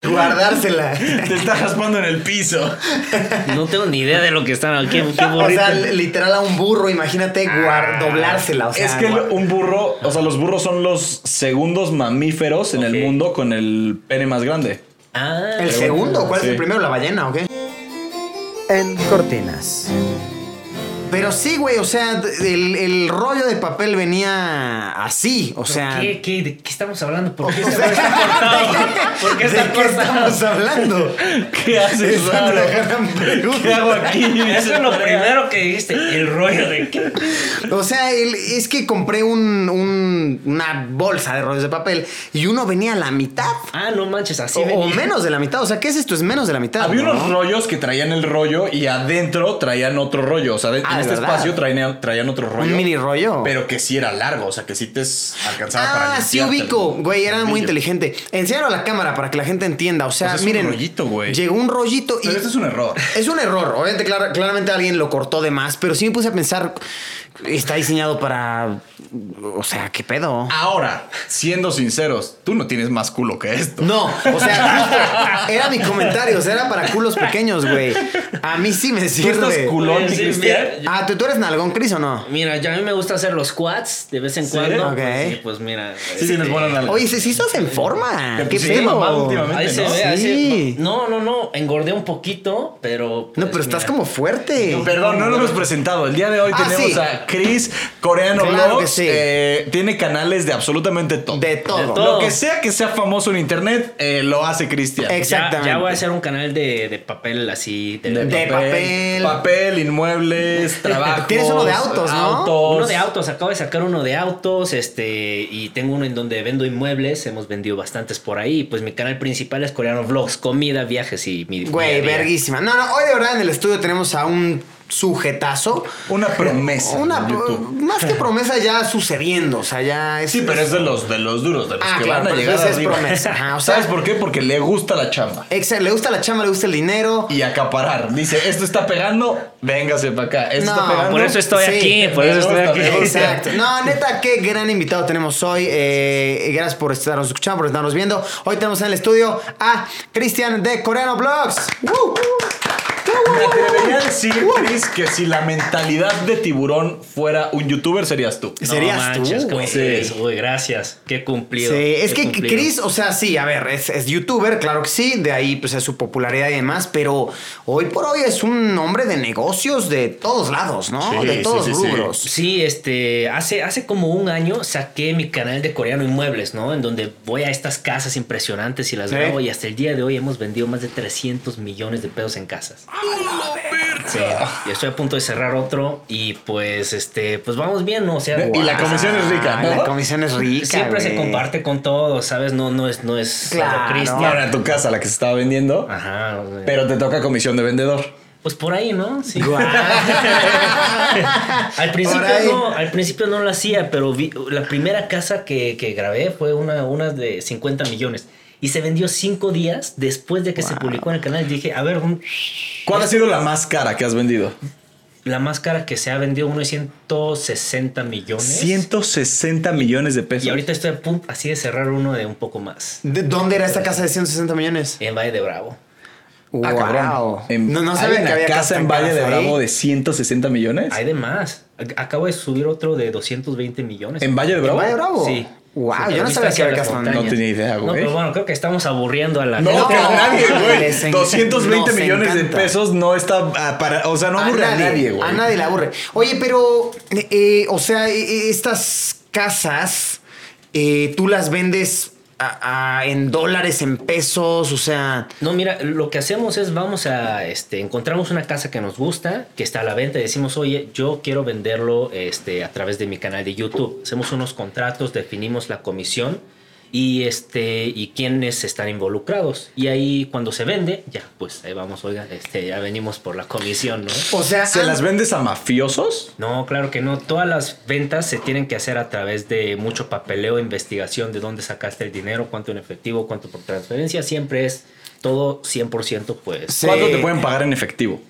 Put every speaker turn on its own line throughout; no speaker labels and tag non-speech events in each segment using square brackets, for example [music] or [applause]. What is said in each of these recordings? [laughs] guardársela.
Te está raspando en el piso.
No tengo ni idea de lo que están aquí. Qué
O
burrito.
sea, literal a un burro, imagínate guar- doblársela. O sea,
es que el-
guar-
un burro, o sea, los burros son los segundos mamíferos en
Ok.
el mundo con el pene más grande.
Ah,
el segundo, ¿cuál es
Sí.
el primero? La ballena, ¿ok?
En cortinas.
Pero sí, güey, o sea, el, el rollo de papel venía así, o sea...
¿Qué, qué, ¿De qué estamos hablando? ¿Por qué está
[laughs]
cortado? ¿Por qué
¿De
está
qué
cortado?
estamos hablando?
¿Qué haces,
Esa [laughs] es
raro?
la gran pregunta.
[laughs]
¿Qué hago aquí?
[laughs]
Eso es lo primero que dijiste. El rollo de qué.
O sea, el- es que compré un, un- una bolsa de rollos de papel y uno venía a la mitad.
Ah, no manches, así
o, o
venía.
menos de la mitad. O sea, ¿qué es esto? Es menos de la mitad.
Había
Ah, ¿no?
unos rollos que traían el rollo y adentro traían otro rollo. O sea, de-
Ah,
en
¿de
este
verdad?
espacio traían, traían otro rollo.
¿Un mini rollo?
Pero que sí era largo, o sea, que sí te s- alcanzaba para
Ah, sí
limpiarte
ubico,
el-
güey, era
el
muy
brillo.
inteligente. Enséñalo a la cámara para que la gente entienda. O sea,
O sea, Pues es un
miren.
rollito, güey.
Llegó un rollito y.
Pero este es un error.
Es un error, obviamente clar- claramente alguien lo cortó de más, pero sí me puse a pensar, está diseñado para... O sea, ¿qué pedo?
Ahora, siendo sinceros, tú no tienes más culo que esto.
No, o sea, justo, era mi comentario, o sea, era para culos pequeños, güey. A mí sí me
Tú estás
sirve.
culón,
Sí,
Cristian.
mira, yo-
Ah, ¿tú, tú eres nalgón, Cris, o no?
Mira, yo a mí me gusta hacer los quads de vez en cuando.
Ok.
Pues, sí, pues mira.
Sí tienes buena nalga.
Oye, si, si estás en forma.
Te
¿Qué
pusiste
pedo?
mamado últimamente.
Ahí se
¿no?
ve, ahí
Sí.
se- No, no, no, engordé un poquito, pero...
No,
pues,
pero estás
mira.
como fuerte.
Perdón, no lo hemos presentado. El día de hoy
Ah,
tenemos
sí.
a Chris Coreano
Claro
Vlogs.
que sí.
Eh, tiene canales de absolutamente todo.
De todo.
De todo.
Lo que sea que sea famoso en internet, eh, lo hace Cristian.
Ex-
Ya, ya voy
Exactamente.
a hacer un canal de, de papel así. De,
De- papel.
Papel,
[laughs]
inmuebles, trabajo.
Tienes uno de autos, ¿no?
Uno de autos, acabo de sacar uno de autos, este, y tengo uno en donde vendo inmuebles, hemos vendido bastantes por ahí, pues mi canal principal es Coreano Vlogs, comida, viajes y mi...
Güey,
día a día.
verguísima. No, no, hoy de verdad en el estudio tenemos a un sujetazo.
Una promesa.
Una,
en YouTube.
más que promesa ya sucediendo, o sea, ya es...
Sí, pero es de los, de los duros, de los
Ah,
que
claro,
van a
pero
llegar
esa es
arriba.
promesa. Ajá,
[laughs]
o sea- eh,
¿Sabes por qué? Porque le gusta la chamba.
Exa- le gusta la chamba, le gusta el dinero.
Y acaparar. Dice, esto está pegando, véngase para acá. Esto
No,
está pegando.
Por eso estoy
Sí,
aquí, por
me
eso estoy
gusta,
aquí.
me gusta.
Exacto. No, neta, qué gran invitado tenemos hoy. Eh, gracias por estarnos escuchando, por estarnos viendo. Hoy tenemos en el estudio a Cristian de Coreano Blogs. ¡Woo!
Me atrevería a decir, Chris, que si la mentalidad de tiburón fuera un youtuber, serías tú.
[laughs] No
Serías
manches,
tú,
¿cómo
güey.
crees? Uy, gracias, qué cumplido.
Sí, es
qué
que
cumplido.
Chris, o sea, sí, a ver, es, es youtuber, claro que sí, de ahí pues es su popularidad y demás, pero hoy por hoy es un hombre de negocios de todos lados, ¿no?
Sí,
de
sí,
todos
sí, sí.
rubros.
Sí, este, hace, hace como un año saqué mi canal de coreano inmuebles, ¿no? En donde voy a estas casas impresionantes y las
Sí.
grabo y hasta el día de hoy hemos vendido más de 300 millones de pesos en casas. Sí,
Ah.
y estoy a punto de cerrar otro y pues, este, pues vamos bien, ¿no? O sea,
Y la comisión es rica,
Ah,
¿no?
La comisión es rica.
siempre se
güey.
comparte con todos, ¿sabes? No, no es, no es
Claro.
solo
No,
Cristian.
era tu casa la que se estaba vendiendo,
Ah.
Ajá. o sea,
pero te toca comisión de vendedor.
Pues por ahí, ¿no? Sí.
Guau.
[laughs] Al principio,
Por ahí.
no, al principio no lo hacía, pero vi- la primera casa que, que grabé fue una, una de 50 millones. Y se vendió cinco días después de que se publicó en el canal. Dije, a ver, un-
¿Cuál ha sido la más cara que has vendido?
la más cara que se ha vendido, uno de 160 millones.
160 millones de pesos.
Y ahorita estoy a punto así de cerrar uno de un poco más.
[laughs] ¿De dónde era esta casa de 160 millones?
En Valle de Bravo.
Ah,
Wow.
cabrón. En-
no, no
hay
sabía
una
que había
casa en
casas
Valle de
ahí.
Bravo de 160 millones.
Hay de más. Ac- Acabo de subir otro de 220 millones.
¿En Valle de
¿En
Bravo?
Valle de Bravo?
Sí.
Wow,
Sí,
yo no
vista
sabía que
hacia
había
las
casas en-
montañas.
No tenía idea,
No,
güey.
pero bueno, creo que estamos aburriendo a la
No,
gente.
No,
que a nadie,
les
güey.
encanta.
220
Nos
millones
encanta.
de pesos no está ah, para. O sea, no aburre a nadie, güey.
A nadie le aburre. Oye, pero, eh, eh, o sea, eh, eh, estas casas, eh, tú las vendes a- a- en dólares, en pesos, o sea,
No, mira, lo que hacemos es vamos a, este, encontramos una casa que nos gusta, que está a la venta y decimos, oye, yo quiero venderlo, este, a través de mi canal de YouTube. Hacemos unos contratos, definimos la comisión y, este, y quiénes están involucrados. Y ahí cuando se vende, ya, pues ahí vamos, oiga, este, ya venimos por la comisión, ¿no?
o sea,
¿Se
an-
las vendes a mafiosos?
No, claro que no. Todas las ventas se tienen que hacer a través de mucho papeleo, investigación de dónde sacaste el dinero, cuánto en efectivo, cuánto por transferencia. Siempre es todo 100% pues.
Sí.
¿Cuánto te pueden pagar en efectivo?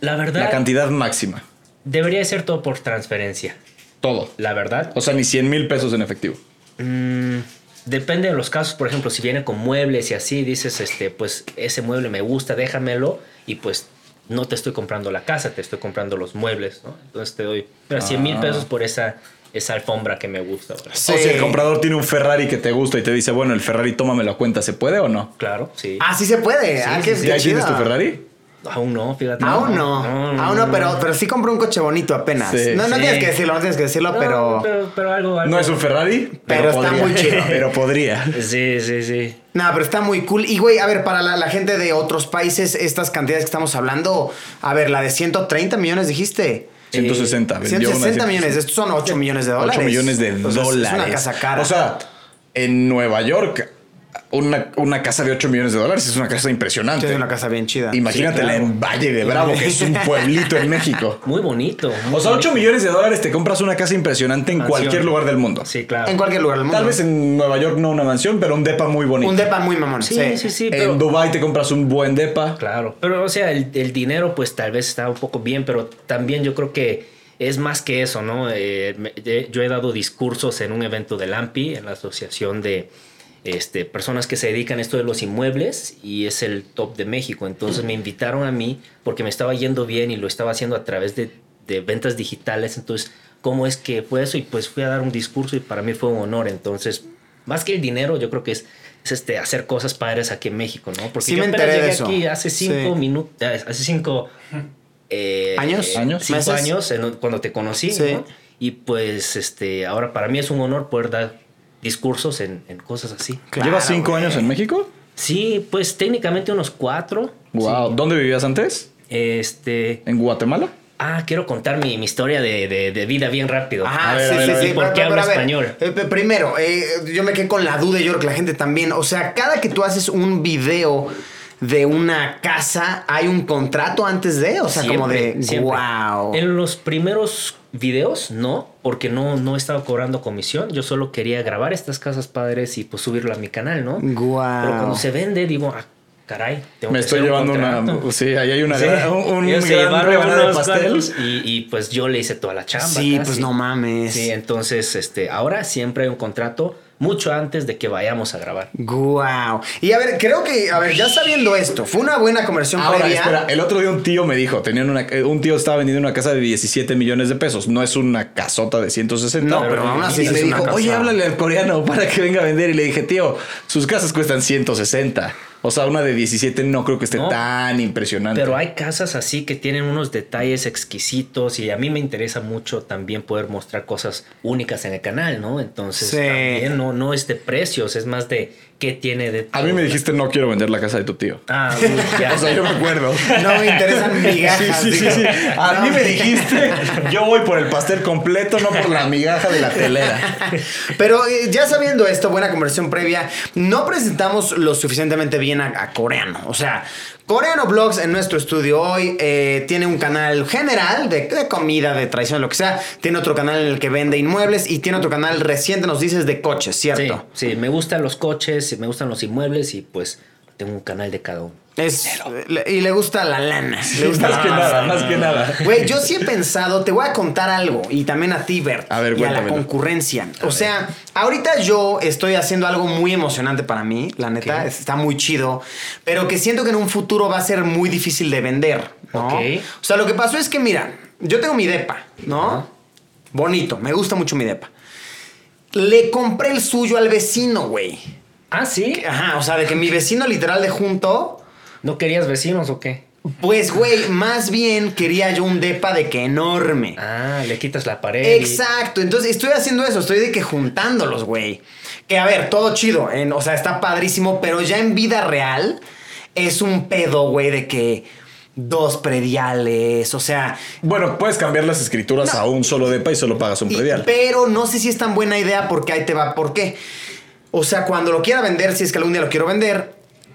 La
La
verdad,
cantidad máxima.
debería ser todo por transferencia.
Todo.
La verdad.
O sea, ni 100 mil pesos en efectivo.
Mm, Depende de los casos, por ejemplo, si viene con muebles y así, dices, este, pues ese mueble me gusta, déjamelo y pues no te estoy comprando la casa, te estoy comprando los muebles, ¿no? Entonces te doy pero 100
Ah.
mil pesos por esa, esa alfombra que me gusta. por ejemplo.
O si
Sí.
el comprador tiene un Ferrari que te gusta y te dice, bueno, el Ferrari tómame la cuenta, ¿se puede o no?
Claro, sí.
Ah, sí se puede. ah, qué,
¿Y
qué
ahí tienes
chido.
tu Ferrari?
Aún no, fíjate.
Aún no. Aún no, pero, pero sí compró un coche bonito apenas.
Sí.
no no
Sí.
tienes que decirlo, no tienes que decirlo,
No,
pero...
pero... pero algo, algo.
No es un Ferrari,
Pero está
podría.
muy chido.
[laughs] Pero podría.
Sí, sí, sí.
No, pero está muy cool. Y, güey, a ver, para la, la gente de otros países, estas cantidades que estamos hablando, a ver, la de 130 millones dijiste.
160. vendió una
160
160.
millones, estos son 8 millones de dólares.
8 millones de
O sea, es-
dólares.
Es una casa cara.
O sea, en Nueva York, una, una casa de 8 millones de dólares es una casa
Sí,
impresionante.
es una casa bien chida.
Imagínatela
Sí, claro.
en Valle de Bravo, que
[laughs]
es un pueblito en México.
Muy bonito. muy
O sea, 8
bonito.
millones de dólares te compras una casa impresionante en
Mansión.
cualquier lugar del mundo.
Sí, claro.
En cualquier lugar del mundo.
Tal vez en Nueva York no una mansión, pero un depa muy bonito.
Un depa muy mamón.
Sí, sí, sí, pero...
En Dubai te compras un buen depa.
Claro, pero o sea, el, el dinero pues tal vez está un poco bien, pero también yo creo que es más que eso, ¿no? Eh, me- eh, yo he dado discursos en un evento del AMPI, en la Asociación de este, Personas que se dedican a esto de los inmuebles, y es el top de México. Entonces me invitaron a mí porque me estaba yendo bien y lo estaba haciendo a través de, de ventas digitales. Entonces, ¿cómo es que fue eso? Y pues fui a dar un discurso y para mí fue un honor. Entonces, más que el dinero, yo creo que es... es, este, hacer cosas padres aquí en México, ¿no? Porque
Sí
yo
me
apenas
enteré de
llegué
eso.
aquí hace cinco
Sí.
minutos, hace cinco eh,
¿Años?
eh,
¿Años?
cinco
¿Meses?
años en- cuando te conocí,
Sí.
¿no? Y pues, este, ahora para mí es un honor poder dar discursos en, en cosas así.
Claro,
¿Llevas 5
güey.
años en México?
Sí, pues técnicamente unos cuatro.
Wow. ¿Dónde vivías antes?
Este,
¿En Guatemala?
ah, quiero contar mi, mi historia de, de- de vida bien rápido.
Ajá,
A ver,
sí,
a ver,
sí,
a ver.
sí.
¿Por qué habla
a ver,
español?
eh, pe- primero, eh, yo me quedé con la duda, yo creo que la gente también. O sea, cada que tú haces un video de una casa, hay un contrato antes de, o sea, como
Siempre,
de
siempre.
wow.
En los primeros videos, no, porque no, no estaba cobrando comisión. Yo solo quería grabar estas casas padres y pues subirlo a mi canal, ¿no?
Guau.
Pero cuando se vende, digo, ah, caray, tengo
Me
que
estoy
hacer un
llevando una.
contrato.
Sí, ahí hay [laughs] una.
Sí.
gran- un un
Ellos se
gran
llevaron
rebanada de
unos
pastel.
cuantos Y, y, pues yo le hice toda la chamba.
sí,
casi.
pues no mames.
Sí, entonces este, ahora siempre hay un contrato mucho antes de que vayamos a grabar.
Guau. Y a ver, creo que, a ver, ya sabiendo esto, fue una buena conversión
Ahora,
previa.
espera, el otro día un tío me dijo, tenían una, eh, un tío estaba vendiendo una casa de 17 millones de pesos, no es una casota de 160.
No, pero aún así
y
es
me
una
dijo,
casa.
oye, háblale al coreano para que venga a vender. Y le dije, tío, sus casas cuestan 160. O sea, una de 17 no creo que esté
No.
tan impresionante.
Pero hay casas así que tienen unos detalles exquisitos y a mí me interesa mucho también poder mostrar cosas únicas en el canal, ¿no? Entonces
Sí.
también no, no es de precios, es más de qué tiene de...
A mí me dijiste, no quiero vender la casa de tu tío.
Ah, uy, [laughs] ya.
O sea, yo me acuerdo.
[laughs] No me interesan migajas.
[laughs] Sí, sí, sí,
digo.
sí. A
No.
mí me dijiste, yo voy por el pastel completo, no por la migaja de la telera.
[laughs] Pero eh, ya sabiendo esto, buena conversación previa, no presentamos lo suficientemente bien a, a Coreano. O sea, Coreano Blogs en nuestro estudio hoy eh, tiene un canal general de, de comida, de traición, lo que sea. Tiene otro canal en el que vende inmuebles y tiene otro canal reciente, nos dices, de coches,
Sí,
¿cierto?
sí, me gustan los coches, me gustan los inmuebles y pues tengo un canal de cada uno.
Es, le- y le gusta la lana. le gusta
más
la
que
pasta.
nada, más que nada.
Güey, yo sí he pensado, te voy a contar algo y también a ti, Bert,
A ver,
y a la
cuéntamelo.
concurrencia. o sea, ahorita yo estoy haciendo algo muy emocionante para mí, la neta,
Ok.
está muy chido, pero que siento que en un futuro va a ser muy difícil de vender, ¿no?
Ok.
O sea, lo que pasó es que, mira, yo tengo mi depa, ¿no? Bonito, me gusta mucho mi depa. Le compré el suyo al vecino, güey.
Ah, sí.
Ajá, o sea, de que mi vecino literal de junto...
¿No querías vecinos o qué?
Pues, güey, más bien quería yo un depa de que enorme.
Ah, le quitas la pared. y-
Exacto, entonces estoy haciendo eso, estoy de que juntándolos, güey. Que a ver, todo chido, en- o sea, está padrísimo, pero ya en vida real es un pedo, güey, de que dos prediales, o sea,
Bueno, puedes cambiar las escrituras a un solo depa y solo pagas un
Y-
predial.
pero no sé si es tan buena idea porque ahí te va. ¿Por qué? O sea, cuando lo quiera vender, si es que algún día lo quiero vender,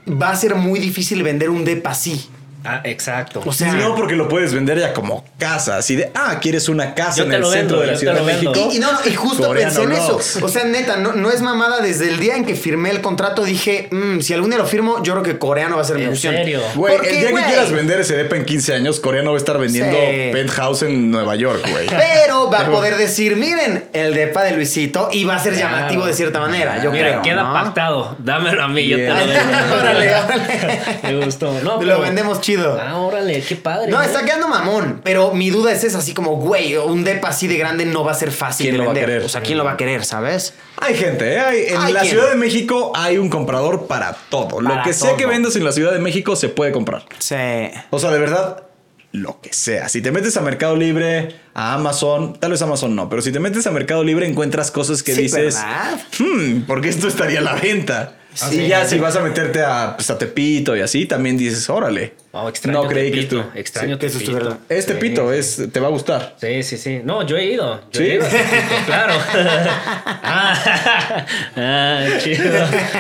va a ser muy difícil vender un depa así.
Ah, exacto.
O sea,
no, porque lo puedes vender ya como casa. Así de, ah, quieres una casa
Yo
en
te
el
lo
centro
vendo,
de la
yo te
Ciudad de
lo vendo.
México.
¿no?
Y, y no, no, y justo
Coreano
pensé en
Rocks.
eso. O sea, neta, no, no es mamada. Desde el día en que firmé el contrato dije, "Mm, si algún día lo firmo, yo creo que coreano va a ser mi
¿En
opción.
serio?
Güey,
Porque,
el día
güey,
que quieras vender ese depa en 15 años, Corea no va a estar vendiendo
Sí.
penthouse en Nueva York, güey.
Pero va a poder decir, miren, el depa de Luisito y va a ser
Claro.
llamativo de cierta manera. Yo creo.
Mira, queda
¿no?
pactado. Dámelo a mí, yo te
Bien.
lo doy.
[laughs] Órale, órale.
Me gustó. No,
Lo
pero-
vendemos chido.
Ah, órale, qué padre.
No, está quedando mamón, pero mi duda es esa, así como, güey, un depa así de grande no va a ser fácil
¿Quién
de
lo va a
vender.
querer?
O sea, ¿quién lo va a querer, sabes?
Hay gente, ¿eh? Hay- en
Hay
la
quien.
Ciudad de México hay un comprador para todo.
Para
lo que sea que
todo.
vendas en la Ciudad de México se puede comprar.
Sí.
O sea, de verdad, lo que sea. Si te metes a Mercado Libre, a Amazon, tal vez Amazon no, pero si te metes a Mercado Libre encuentras cosas que
Sí,
dices,
¿verdad?
hmm, ¿por qué esto estaría a la venta? y ya si vas a meterte a, pues, a Tepito y así, también dices, órale.
Oh, extraño
no creí
Tepito,
que tú.
Extraño
Sí, que eso
Tepito.
estuviera-
Este
Sí,
pito
sí.
es, te va a gustar.
[laughs]
Sí, sí, sí. No, yo he ido. Yo
¿Sí?
he ido a Tepito, claro. ah, [laughs] ah, chido.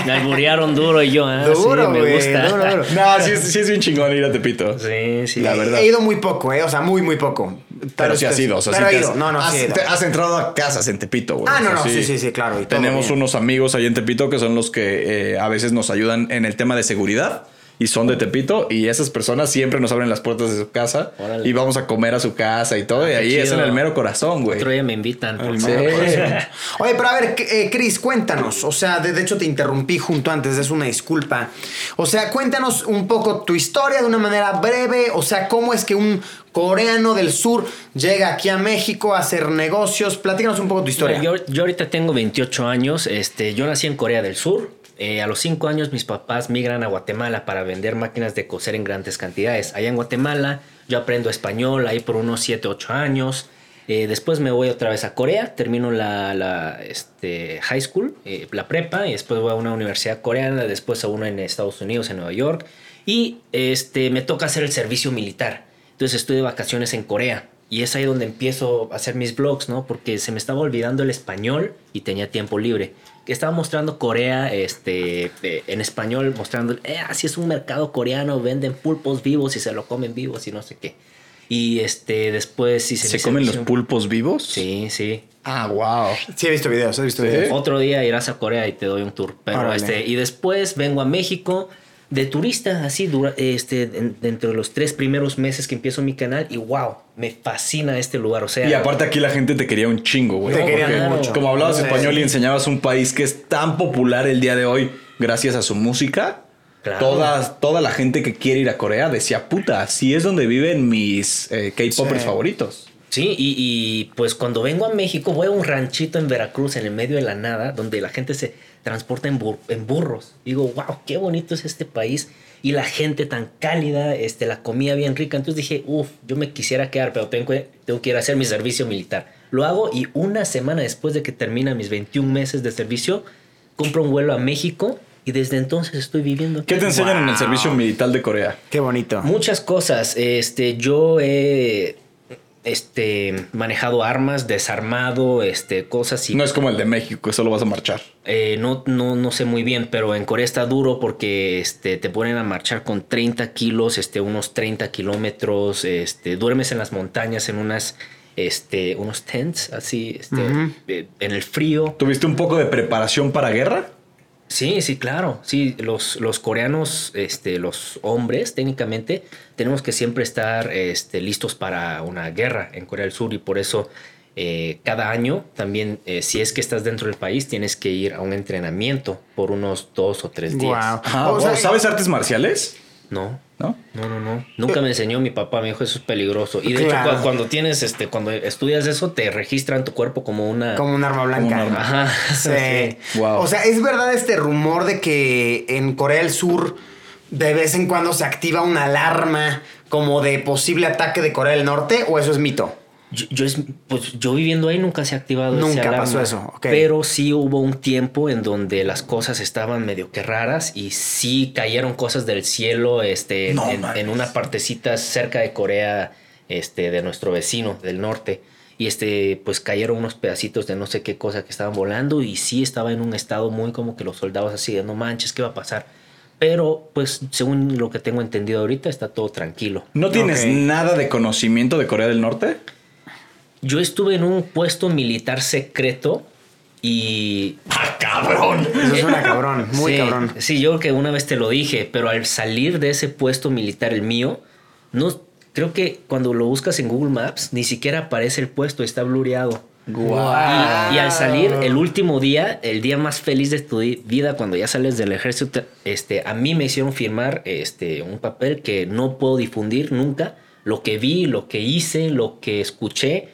Me alburearon duro y yo. Ah,
Duro,
sí, me
güey,
gusta.
duro, duro.
No, sí, es- sí es bien chingón ir a Tepito.
Sí, sí.
La verdad.
He ido muy poco, ¿eh? O sea, muy, muy poco.
Pero sí
este-
has ido. O sea,
pero
sí
he
te
ido.
has-
No, no,
has,
sí he ido.
te- has entrado a casas en Tepito, güey.
Ah, no,
O
no,
sea,
sí, sí, sí, claro, y todo
Tenemos
bien.
unos amigos ahí en Tepito que son los que eh, a veces nos ayudan en el tema de seguridad. Y son de Tepito y esas personas siempre nos abren las puertas de su casa
Órale.
y vamos a comer a su casa y todo.
Ah,
y
qué
ahí es en
chido.
el mero corazón, güey.
Otro día me invitan. Por
Sí.
favor.
Oye, pero a ver, eh, Cris, cuéntanos. O sea, de, de hecho te interrumpí junto antes, es una disculpa. O sea, cuéntanos un poco tu historia de una manera breve. O sea, cómo es que un coreano del sur llega aquí a México a hacer negocios. Platícanos un poco tu historia.
Mira, Yo, yo ahorita tengo 28 años. Este, yo nací en Corea del Sur. Eh, a los 5 años mis papás migran a Guatemala para vender máquinas de coser en grandes cantidades. Allá en Guatemala yo aprendo español ahí por unos 7, 8 años. Eh, después me voy otra vez a Corea, termino la, la, este, high school, eh, la prepa, y después voy a una universidad coreana, después a una en Estados Unidos, en Nueva York, y este, me toca hacer el servicio militar. Entonces estoy de vacaciones en Corea y es ahí donde empiezo a hacer mis blogs, ¿no? Porque se me estaba olvidando el español y tenía tiempo libre. Estaba mostrando Corea este, eh, en español, mostrando, eh, así es un mercado coreano, venden pulpos vivos y se lo comen vivos y no sé qué. Y este, después sí
¿Se comen los
pulpos.
pulpos vivos?
Sí, sí.
Ah, wow.
Sí, he visto videos, he visto videos.
Otro día irás a Corea y te doy un tour. Pero
Órale.
este, y después vengo a México de turista, así, dura, este, en- dentro de los tres primeros meses que empiezo mi canal, y wow, me fascina este lugar. O sea,
Y aparte aquí la gente te quería un chingo, güey.
Te
¿no?
querían
Porque
mucho.
Como hablabas
Sí.
español y enseñabas un país que es tan popular el día de hoy gracias a su música.
Claro.
Toda, toda la gente que quiere ir a Corea decía, puta, así es donde viven mis eh, K-popers
Sí.
favoritos.
Sí, y, y, pues cuando vengo a México voy a un ranchito en Veracruz, en el medio de la nada, donde la gente se transporta en, bur- en burros. Digo, wow, qué bonito es este país. Y la gente tan cálida, este, la comida bien rica. Entonces dije, uff, yo me quisiera quedar, pero tengo que, tengo que ir a hacer mi servicio militar. Lo hago y una semana después de que termina mis 21 meses de servicio, compro un vuelo a México y desde entonces estoy viviendo.
¿Qué
aquí.
te enseñan en el servicio militar de Corea?
Qué bonito.
Muchas cosas. Este, yo he este, manejado armas, desarmado, este, cosas y
No es como el de México, que solo vas a marchar.
eh, no, no, no sé muy bien, pero en Corea está duro porque este, te ponen a marchar con 30 kilos, este, unos 30 kilómetros, este, duermes en las montañas, en unas, este, unos tents, así, este, eh, en el frío.
¿Tuviste un poco de preparación para guerra?
Sí, sí, claro. Sí, los, los coreanos, este, los hombres, técnicamente, tenemos que siempre estar este, listos para una guerra en Corea del Sur y por eso eh, cada año también, eh, si es que estás dentro del país, tienes que ir a un entrenamiento por unos dos o tres días.
Guau.
Ajá,
O sea,
wow. ¿Sabes artes marciales?
No.
¿No?
No, no, no. Nunca me enseñó mi papá, me dijo eso es peligroso. Y de
Claro.
hecho, cu- cuando tienes, este, cuando estudias eso, te registran tu cuerpo como una.
Como un arma blanca.
Como un arma.
Ajá. [laughs]
Sí.
[laughs] Wow.
O sea, es verdad este rumor de que en Corea del Sur de vez en cuando se activa una alarma como de posible ataque de Corea del Norte o eso es mito.
Yo, yo es- pues yo viviendo ahí nunca se ha activado ese
Nunca
alarma.
pasó eso, ok.
Pero sí hubo un tiempo en donde las cosas estaban medio que raras y sí cayeron cosas del cielo este, en-
No
en,
mames.
en una partecita cerca de Corea, este, de nuestro vecino del norte. Y este, pues cayeron unos pedacitos de no sé qué cosa que estaban volando y sí estaba en un estado muy como que los soldados así de no manches, ¿qué va a pasar? Pero, pues, según lo que tengo entendido ahorita, está todo tranquilo.
¿No tienes
Ok.
nada de conocimiento de Corea del Norte?
Yo estuve en un puesto militar secreto y...
¡Ah, cabrón!
Eso suena
[laughs]
cabrón, muy
Sí,
cabrón.
Sí, yo creo que una vez te lo dije, pero al salir de ese puesto militar, el mío, no... Creo que cuando lo buscas en Google Maps, ni siquiera aparece el puesto, está blureado. Y, y al salir, el último día, el día más feliz de tu di- vida, cuando ya sales del ejército, este, a mí me hicieron firmar este, un papel que no puedo difundir nunca. Lo que vi, lo que hice, lo que escuché,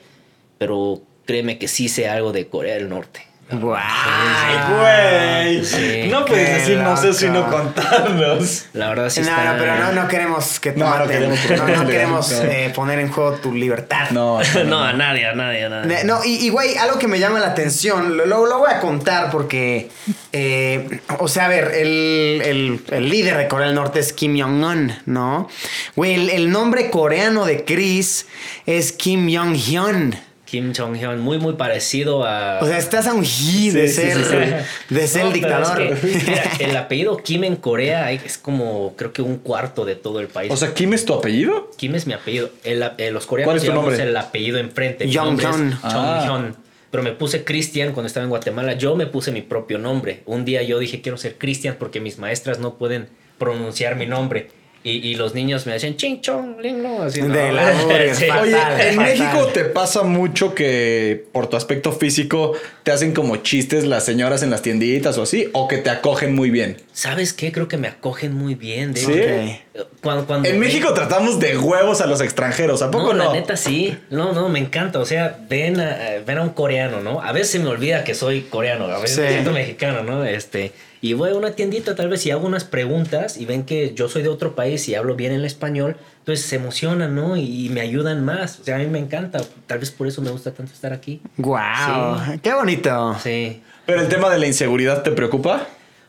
pero créeme que sí sé algo de Corea del Norte.
Ah, ¡Ay, güey!
Sí.
no puedes
Qué
decir no sé
loco.
sino contarnos.
La verdad sí
No,
está...
no, pero no, no queremos que te
No, no
maten.
queremos que te
No, no
maten.
queremos
No.
eh, poner en juego tu libertad.
No,
[laughs] No, a nadie, a nadie, a nadie.
Ne- No, y, y, güey, algo que me llama la atención, lo, lo- lo voy a contar porque, eh, o sea, a ver, el, el- el líder de Corea del Norte es Kim Jong-un, ¿no? Güey, el, el nombre coreano de Chris es Kim Jong-hyun.
Kim Jong-hyun, muy, muy parecido a...
O sea, estás a un hi de
Sí, sí,
ser,
sí.
De ser
No,
el
pero
dictador.
es que, mira, el apellido Kim en Corea es como, creo que un cuarto de todo el país.
O sea, ¿Kim es tu apellido?
Kim es mi apellido. El ap- eh, los coreanos
¿Cuál es tu
llevamos
nombre?
el apellido enfrente. Mi
Jonghyun.
nombre es Jonghyun.
Ah.
Pero me puse Christian cuando estaba en Guatemala. Yo me puse mi propio nombre. Un día yo dije quiero ser Christian porque mis maestras no pueden pronunciar mi nombre. Y, y los niños me decían ching chong, ling long", así, ¿no?
De la
[laughs]
burger,
Sí.
fatal,
Oye, en
fatal.
México te pasa mucho que por tu aspecto físico te hacen como chistes las señoras en las tienditas o así, o que te acogen muy bien.
¿Sabes qué? Creo que me acogen muy bien.
¿Sí?
David.
[laughs] Ok.
Cuando, cuando
En México tratamos de huevos a los extranjeros, ¿a poco
No,
no?
la neta sí. No, no, me encanta. O sea, ven a, eh, ven a un coreano, ¿no? A veces se me olvida que soy coreano, a veces
Sí.
me siento mexicano, ¿no? Este, y voy a una tiendita tal vez y hago unas preguntas y ven que yo soy de otro país y hablo bien el español, entonces se emocionan, ¿no? Y, y me ayudan más. O sea, a mí me encanta. Tal vez por eso me gusta tanto estar aquí.
Guau, qué bonito.
Sí.
Pero el tema de la inseguridad te preocupa.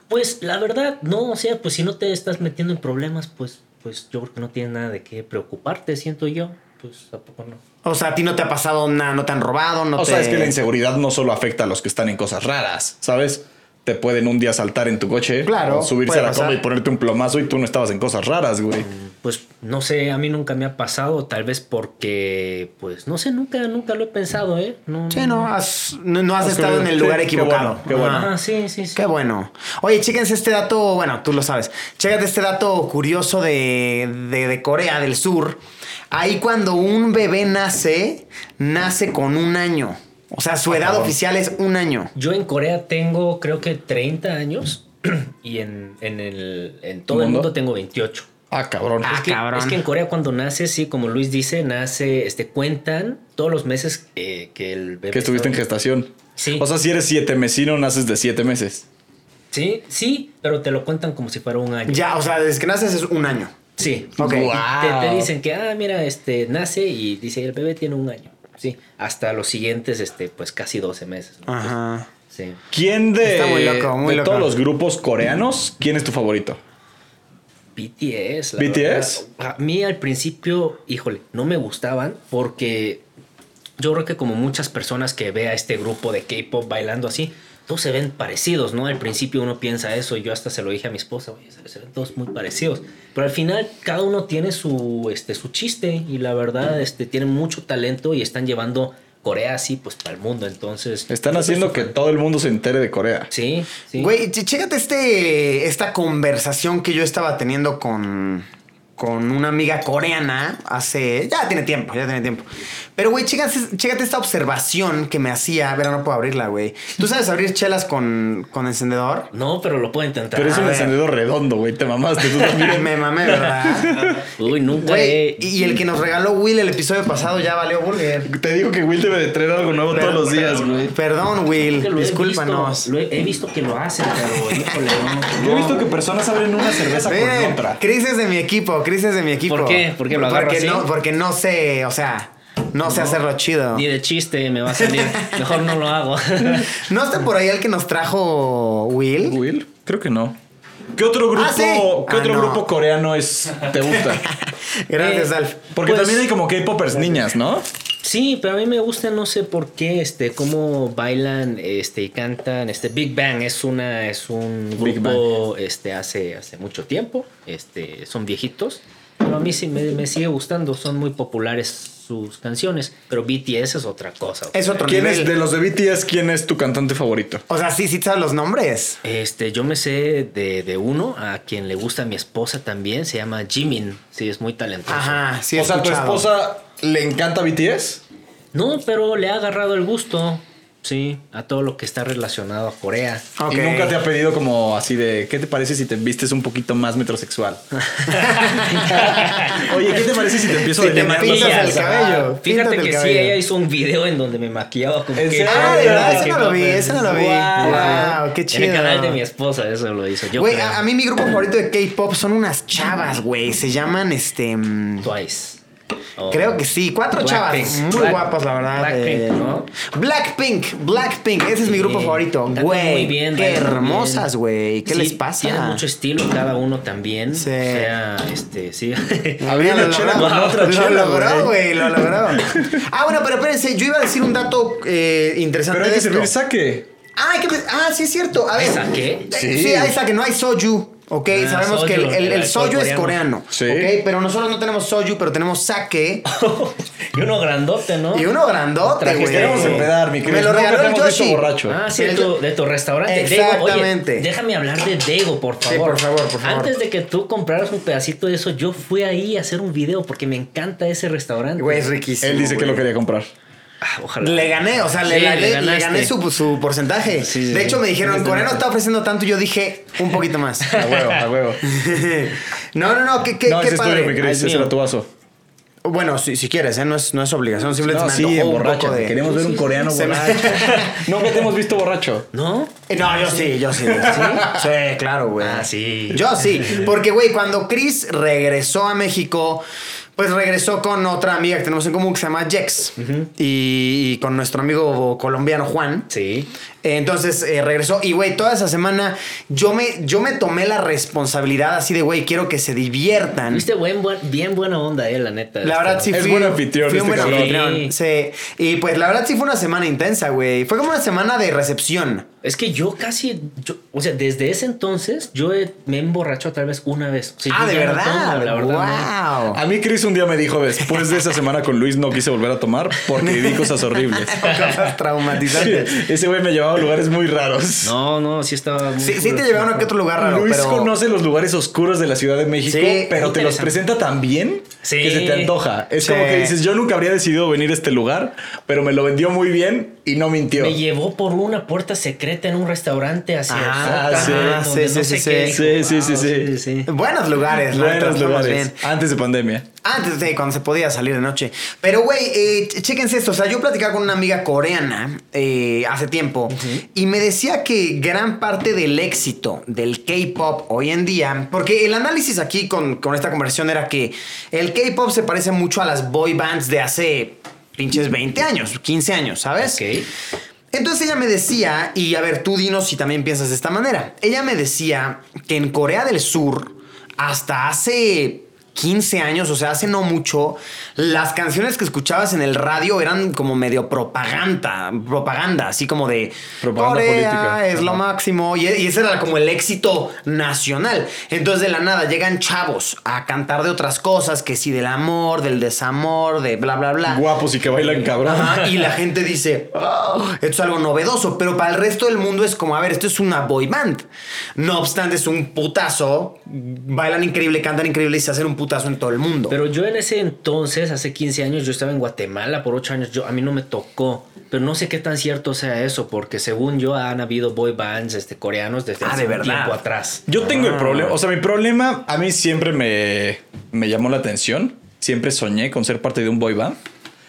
Pues la verdad, no, o sea, pues si no te estás metiendo en problemas, pues, pues yo creo que no tienes nada de qué preocuparte, siento yo. Pues tampoco no.
O sea, a ti no te ha pasado nada, no te han robado, no
o
te...
sea, es que la inseguridad no solo afecta a los que están en cosas raras, ¿sabes? Te pueden un día saltar en tu coche,
Claro,
o subirse
puede
a la
pasar.
cama y ponerte un plomazo y tú no estabas en cosas raras, güey.
Pues no sé, a mí nunca me ha pasado, tal vez porque, pues no sé, nunca, nunca lo he pensado, ¿eh? No,
Sí, no has, no, no has
Has
estado en el
sí,
lugar
qué
equivocado.
bueno, qué bueno.
Ajá.
Ah, sí, sí, sí.
Qué bueno. Oye, chéquense este dato, bueno, tú lo sabes. Chécate este dato curioso de, de- de Corea del Sur. Ahí cuando un bebé nace, nace con un año. O sea, su edad oficial es un año.
Yo en Corea tengo, creo que 30 años [clears throat] y en, en el, en todo el
¿Mundo?
mundo tengo 28.
Ah, cabrón.
Ah,
es que,
cabrón.
Es que en Corea cuando nace, sí, como Luis dice, nace, este, cuentan todos los meses eh, que el
Ah,
bebé...
que estuviste en
está-
gestación.
Sí.
O sea, si eres siete mesino, naces de siete meses.
Sí, sí, pero te lo cuentan como si fuera un año.
Ya, o sea, desde que naces es un año.
Sí.
Ok.
Te, te dicen que, ah, mira, este, nace y dice, el bebé tiene un año. Sí. Hasta los siguientes, este, pues casi 12 meses.
Ah.
¿no?
Ajá.
Sí.
¿Quién de,
Está muy loco, muy
de
loco.
todos los grupos coreanos, quién es tu favorito?
BTS. la
¿BTS?
verdad. A mí al principio, híjole, no me gustaban porque yo creo que como muchas personas que ve a este grupo de K-pop bailando así, todos se ven parecidos, ¿no? Al principio uno piensa eso, yo hasta se lo dije a mi esposa, oye, se- se ven todos muy parecidos. Pero al final cada uno tiene su, este, su chiste y la verdad, este, tienen mucho talento y están llevando Corea así, pues, para el mundo. Entonces,
Están haciendo que todo el mundo se entere de Corea.
sí, sí.
Güey, ch- chécate este, esta conversación que yo estaba teniendo con, con una amiga coreana hace. Ya tiene tiempo, ya tiene tiempo. Pero, güey, chécate, chécate esta observación que me hacía. A ver, no puedo abrirla, güey. ¿Tú sabes abrir chelas con, con
[laughs]
encendedor?
No, pero lo puedo intentar. Ah,
Pero es un
ver.
encendedor redondo, güey. Te mamaste
[laughs]
tú también.
me mamé, ¿verdad?
Uy, nunca
Güey,
he-
y el que nos regaló Will el episodio pasado ya valió burger.
Te digo que Will debe de traer algo nuevo
Pero-
todos los días, güey.
Perdón,
Creo que
Will,
lo he
discúlpanos.
visto, Lo he, he visto que lo hacen, pero híjole, no.
Yo he visto que personas abren una cerveza con
Miren,
otra.
Chris es de mi equipo, Chris es de mi equipo.
¿Por qué? ¿Por qué lo agarro
porque
así?
No, porque no sé, o sea, no, sé hacerlo chido.
Ni de chiste me va a salir. Mejor no
[laughs]
lo hago.
¿No está por ahí el que nos trajo Will?
Will, creo que no. ¿Qué otro grupo,
Ah, sí.
¿qué
Ah,
otro
no.
grupo coreano es te gusta?
Gracias,
Eh,
Alf.
Porque
Pues-
eh,
también hay como K-popers niñas, ¿no?
Sí, pero a mí me gusta, no sé por qué, este, cómo bailan, este, y cantan, este, Big Bang es una, es un
Big
grupo, este, hace, hace mucho tiempo, este, son viejitos, pero a mí sí me, me sigue gustando, son muy populares sus canciones, pero BTS es otra cosa.
Es otro
¿Quién
nivel.
es de los de BTS? ¿Quién es tu cantante favorito?
O sea, sí, sí te sabes los nombres.
Este, yo me sé de, de uno a quien le gusta a mi esposa también, se llama Jimin, sí, es muy talentoso.
Ajá, sí. he
o sea, tu
escuchado. [laughs]
esposa le encanta BTS.
No, pero le ha agarrado el gusto, sí, a todo lo que está relacionado a
[laughs]
Corea.
Ok.
Y nunca te ha pedido como así de, ¿qué te parece si te vistes un poquito más metrosexual? Oye, ¿qué te parece si te empiezo
Si
a
te
delinear los
pintas el
ojos?
cabello.
Ah, Fíjate
píntate el
que sí,
cabello.
ella hizo un video en donde me maquillaba con
¿En
que-
serio?
Ah, de verdad,
Ah,
ese
qué
no lo vi, ese no lo vi.
Guau.
Wow, qué chido.
En el canal de mi esposa, eso lo hizo. Yo
Güey,
creo.
a, a mí mi grupo favorito de K-pop son unas chavas, güey. Se llaman este. mm,
Twice. O-
Creo que sí, cuatro
Blackpink.
chavas muy
Black-
guapas, la verdad.
Blackpink,
eh,
¿no?
Blackpink, Blackpink, ese Este es mi
Sí.
grupo favorito.
Cantan muy
Güey,
bien,
qué
bailan muy
hermosas,
bien.
güey. ¿Qué
Sí,
les pasa?
Tienen mucho estilo cada uno también.
Sí.
O sea, este, sí.
Había
[laughs]
una
Lo
chela
[laughs] logró.
con otra
Lo
chela,
logró,
güey.
güey, lo logró. Ah, bueno, pero espérense, yo iba a decir un dato eh, interesante
Pero hay
de
que
esto.
servir saque.
Ah, hay que pe- ah, sí es cierto. A ver. Eh,
¿Hay saque?
Sí,
Sí.
ahí está, que no hay soju. Ok,
Ah,
sabemos que el,
soju,
el- el
el
soju es
coreano.
coreano.
Sí.
Ok, pero nosotros no tenemos soju, pero tenemos sake.
[laughs] y uno grandote, ¿no?
Y uno grandote, güey.
Trajiste, vamos a
empedar, mi
Me
Chris.
lo
Nunca
regaló
te
el
hemos visto
Yoshi.
borracho.
Ah, sí,
Pero
de tu, de tu restaurante.
Exactamente.
Dego, oye, déjame hablar de Dego, por
Sí,
favor.
por favor, por favor.
Antes de que tú compraras un pedacito de eso, yo fui ahí a hacer un video porque me encanta ese restaurante.
Güey, es riquísimo.
Él dice que
güey.
lo quería comprar.
Ah, ojalá.
Le gané, o sea, le,
Sí,
le- le
ganaste.
gané su, su porcentaje.
Sí, sí,
de
sí.
hecho, me dijeron,
Ganaste
coreano
mucho.
está ofreciendo tanto, y yo dije, un poquito
[laughs]
más.
A huevo, a huevo.
no, no, no, qué, [laughs] qué,
Ah, no,
qué
ese es tuyo, mi
padre.
Ah,
Chris.
es
Ese
mío.
era tu vaso.
Bueno, si, si quieres, ¿eh? no, es, no es obligación, simplemente
No,
me antojó un poco de...
Queremos ver un coreano
Se me-
borracho. [laughs] Nunca te hemos visto borracho.
¿No?
Eh, [laughs] No, yo sí, yo sí. ¿Sí? Sí, claro, güey.
Ah, sí.
Yo sí. Porque, güey, cuando Chris regresó a México, pues regresó con otra amiga que tenemos en común que se llama Jex. y, y con nuestro amigo colombiano Juan.
Sí.
Eh, Entonces eh, regresó y, güey, toda esa semana yo me, yo me tomé la responsabilidad así de, güey, quiero que se diviertan.
Viste buen, buen- bien buena onda, eh, la neta.
La verdad sí
Es
fui,
buen anfitrión
fui un
este
buen
cabrón.
anfitrión, Sí. Y pues la verdad sí fue una semana intensa, güey. Fue como una semana de recepción.
Es que yo casi, yo- o sea, desde ese entonces yo he- me emborracho tal vez una vez. O sea,
ah,
yo
de
ya no
verdad.
tomo, la verdad. no.
wow.
A mí Chris un día me dijo, después de esa semana con Luis no quise volver a tomar porque vi cosas horribles.
[laughs] cosas traumatizantes.
Ese güey me llevaba a lugares muy raros.
No, no, sí estaba muy
Sí, sí te
curioso.
llevaron a que otro lugar raro,
Luis
pero
conoce los lugares oscuros de la Ciudad de México,
Sí.
pero te los
Interesante.
presenta tan bien
Sí.
que se te antoja. Es
Sí.
como que dices, yo nunca habría decidido venir a este lugar, pero me lo vendió muy bien y no mintió.
Me llevó por una puerta secreta en un restaurante hacia
Ah,
el sótano,
sí,
donde
sí,
no
sí,
sé qué.
sí,
Dijo,
sí, sí,
"Wow,
sí, sí".
buenos lugares, la neta, los
Buenos
tomamos bien.
lugares. Antes de pandemia.
Antes de cuando se podía salir de noche. Pero, güey, eh, ch- chéquense esto. O sea, yo platicaba con una amiga coreana eh, hace tiempo y me decía que gran parte del éxito del K-pop hoy en día, porque el análisis aquí con, con esta conversión era que el K-pop se parece mucho a las boy bands de hace pinches 20 años, 15 años, ¿sabes?
Ok.
Entonces ella me decía, y a ver, tú dinos si también piensas de esta manera. Ella me decía que en Corea del Sur, hasta hace 15 años, o sea, hace no mucho, las canciones que escuchabas en el radio eran como medio propaganda, propaganda, así como de
Propaganda
Corea
política".
es lo
Ajá.
máximo, y, y ese era como el éxito nacional. Entonces de la nada llegan chavos a cantar de otras cosas, que sí, del amor, del desamor, de bla, bla, bla.
Guapos y que bailan cabrón.
Ajá, y la gente dice, "Oh, esto es algo novedoso, pero para el resto del mundo es como, a ver, esto es una boy band. No obstante, es un putazo, bailan increíble, cantan increíble y se hacen un putazo en todo el mundo.
Pero yo en ese entonces, hace 15 años, yo estaba en Guatemala por 8 años, yo, a mí no me tocó. Pero no sé qué tan cierto sea eso, porque según yo han habido boy bands este, coreanos desde
Ah,
hace
de
un
verdad.
tiempo atrás.
Yo tengo el problema, o sea, mi problema a mí siempre me, me llamó la atención. Siempre soñé con ser parte de un boy band.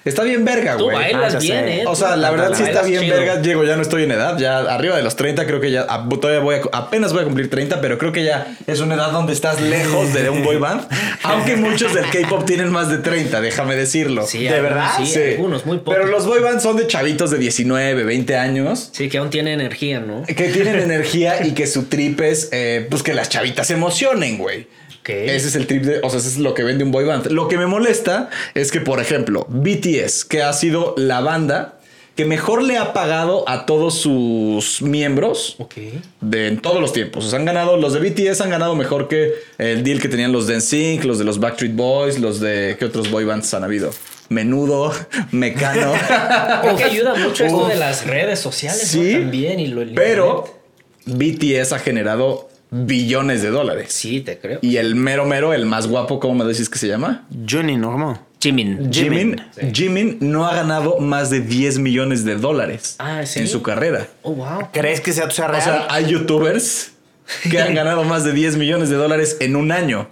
Está bien verga,
Tú
güey.
Ah,
bailas
ya
bien,
sé.
¿eh?
O
Tú
sea, la verdad sí está
bailas
bien
chido.
verga. Diego, ya no estoy en edad, ya arriba de los 30, creo que ya a- todavía voy a, cu- apenas voy a cumplir 30, pero creo que ya es una edad donde estás lejos de un boy
[laughs]
band. Aunque muchos del K-pop tienen más de 30, déjame decirlo.
Sí, ¿De verdad? sí, algunos, muy pocos.
Pero los boy bands son de chavitos de 19, 20 años.
Sí, que aún tiene energía, ¿no?
Que tienen energía y que su trip es, eh, pues que las chavitas se emocionen, güey.
Ok.
Ese es el trip de, o sea, ese es lo que vende un boy band. Lo que me molesta es que, por ejemplo, BTS, que ha sido la banda que mejor le ha pagado a todos sus miembros
Ok.
de en todos los tiempos. O sea, han ganado, los de BTS han ganado mejor que el deal que tenían los de NSYNC, los de los Backstreet Boys, los de, ¿qué otros boy bands han habido? Menudo, [laughs] Mecano.
Ah, Creo que ayuda mucho esto de las redes sociales ¿no?
Sí,
también y lo el
Pero
internet.
BTS ha generado billones de dólares.
Sí, te creo.
Y el mero mero, el más guapo, ¿cómo me decís que se llama?
Johnny, ¿no? ¿Cómo?
Jimin.
Jimin.
Sí.
Jimin no ha ganado más de 10 millones de dólares
Ah, ¿sí?
en su carrera.
Oh, wow.
¿Crees que sea, sea
O
real?
sea, hay youtubers que
[laughs]
han ganado más de 10 millones de dólares en un año.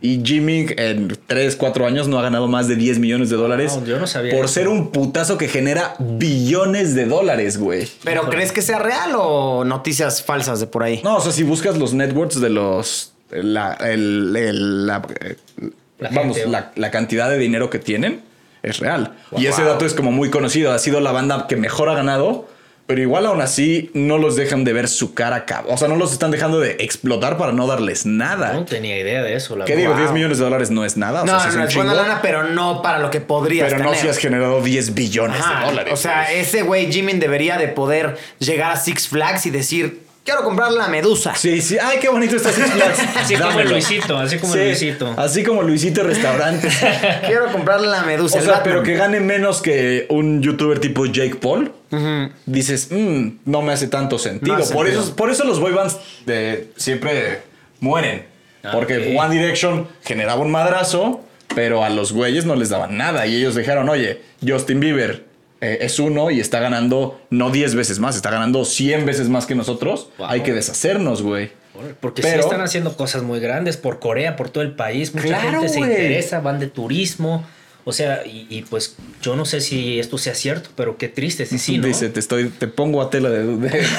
Y Jimmy en 3, 4 años no ha ganado más de 10 millones de dólares.
Wow, yo no sabía
Por
eso.
ser un putazo que genera billones de dólares, güey.
¿Pero crees que sea real o noticias falsas de por ahí?
No, o sea, si buscas los networks de los. La, el- el- la- eh,
La
vamos,
gente,
la, la cantidad de dinero que tienen es real.
Wow.
Y ese dato es como muy conocido. Ha sido la banda que mejor ha ganado, pero igual aún así no los dejan de ver su cara a cabo. O sea, no los están dejando de explotar para no darles
No
nada.
tenía idea de eso, la
¿Qué
verdad.
digo?
Wow.
10 millones de dólares no es nada. o
No,
sea, sí
no,
es un
es buena
chingo,
lana, pero no para lo que pues. podrías
pero no
tener.
si has generado 10 billones
Ajá,
de dólares.
O sea,
güey.
ese güey Jimin debería de poder llegar a Six Flags y decir, quiero comprar la medusa.
Sí, sí. Ay, qué bonito está
[laughs]
Six Flags.
Así como
Dámelo.
Luisito, así como
Sí, Ah.
Luisito.
Así como
[laughs]
Luisito Restaurante.
Quiero comprar la medusa.
O
el
sea,
Batman.
pero que gane menos que un youtuber tipo Jake Paul.
[laughs]
Dices, "Mm, no me hace tanto sentido.
No hace
por,
sentido.
Eso, por eso los boy bands de- siempre mueren.
Ah,
Porque
ok.
One Direction generaba un madrazo, pero a los güeyes no les daban nada. Y ellos dijeron, oye, Justin Bieber eh, es uno y está ganando no 10 veces más, está ganando 100 veces más que nosotros.
Wow.
Hay que deshacernos, güey.
Porque sí
Pero-
están haciendo cosas muy grandes por Corea, por todo el país. Mucha
Claro,
gente se
güey.
interesa, van de turismo. O sea, y, y pues yo no sé si esto sea cierto, pero qué triste. Sí, sí, ¿no?
Dice, te estoy, te pongo a tela de, de
[laughs]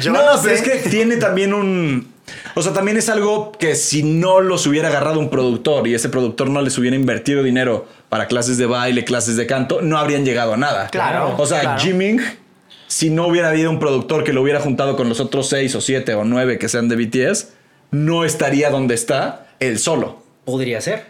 Yo
[laughs] no,
sé.
pero es que tiene también un. O sea, también es algo que si no los hubiera agarrado un productor y ese productor no les hubiera invertido dinero para clases de baile, clases de canto, no habrían llegado a nada.
Claro,
O sea,
claro.
Jimin, si no hubiera habido un productor que lo hubiera juntado con los otros seis o siete o nueve que sean de BTS, no estaría donde está él solo.
Podría ser.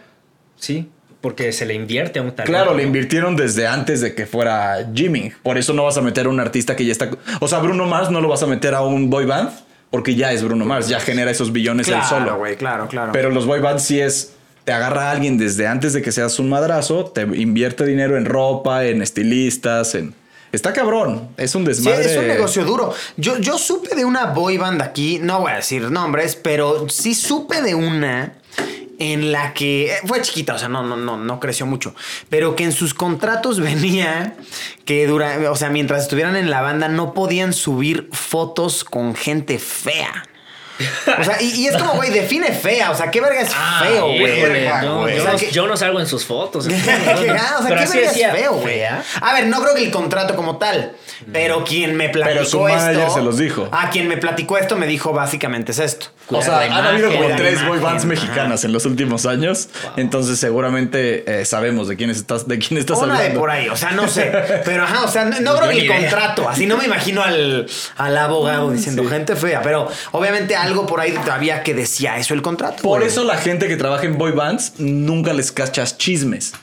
Sí, porque se le invierte a un talento.
Claro, le invirtieron desde antes de que fuera Jimmy. Por eso no vas a meter a un artista que ya está. O sea, Bruno Mars no lo vas a meter a un boy band porque ya es Bruno Mars, ya genera esos billones él
Claro,
solo.
güey, claro, claro.
Pero los boy bands sí es. Te agarra a alguien desde antes de que seas un madrazo, te invierte dinero en ropa, en estilistas, en. Está cabrón. Es un
Sí,
desmadre.
es un negocio duro. Yo, yo supe de una boy band aquí, no voy a decir nombres, pero sí supe de una en la que eh, fue chiquita, o sea, no, no, no, no creció mucho, pero que en sus contratos [laughs] venía que dura, o sea, mientras estuvieran en la banda no podían subir fotos con gente fea. O sea, y, y es como, güey, define fea, o sea, qué verga es
[laughs] Ah,
feo, güey.
híjole, no,
O
yo,
sea,
no,
que-
yo no salgo en sus
[laughs]
fotos.
Qué
entonces, no, no.
cagado, o sea,
Pero
qué
así
verga es
decía,
feo, güey. ¿ah?
fea.
A ver, no creo que el contrato como tal,
Mm.
pero quien me platicó
Pero su manager
esto,
se los dijo.
A quien me platicó esto me dijo básicamente es esto.
O sea,
Cuidado la
han habido
imagen,
como
la
tres boy
imagen,
bands
ajá.
mexicanas en los últimos años. Entonces, seguramente eh, sabemos de quién estás, de quién estás
Una de
hablando.
por ahí, o sea, no
[laughs]
sé. Pero ajá, o sea, no, no creo
Yo
que
ni
el
idea.
contrato, así no me imagino al, al
Mm,
abogado diciendo gente fea, pero obviamente algo por ahí había que decía eso el contrato.
Por
güey.
eso la gente que trabaja en boy bands nunca les cachas chismes.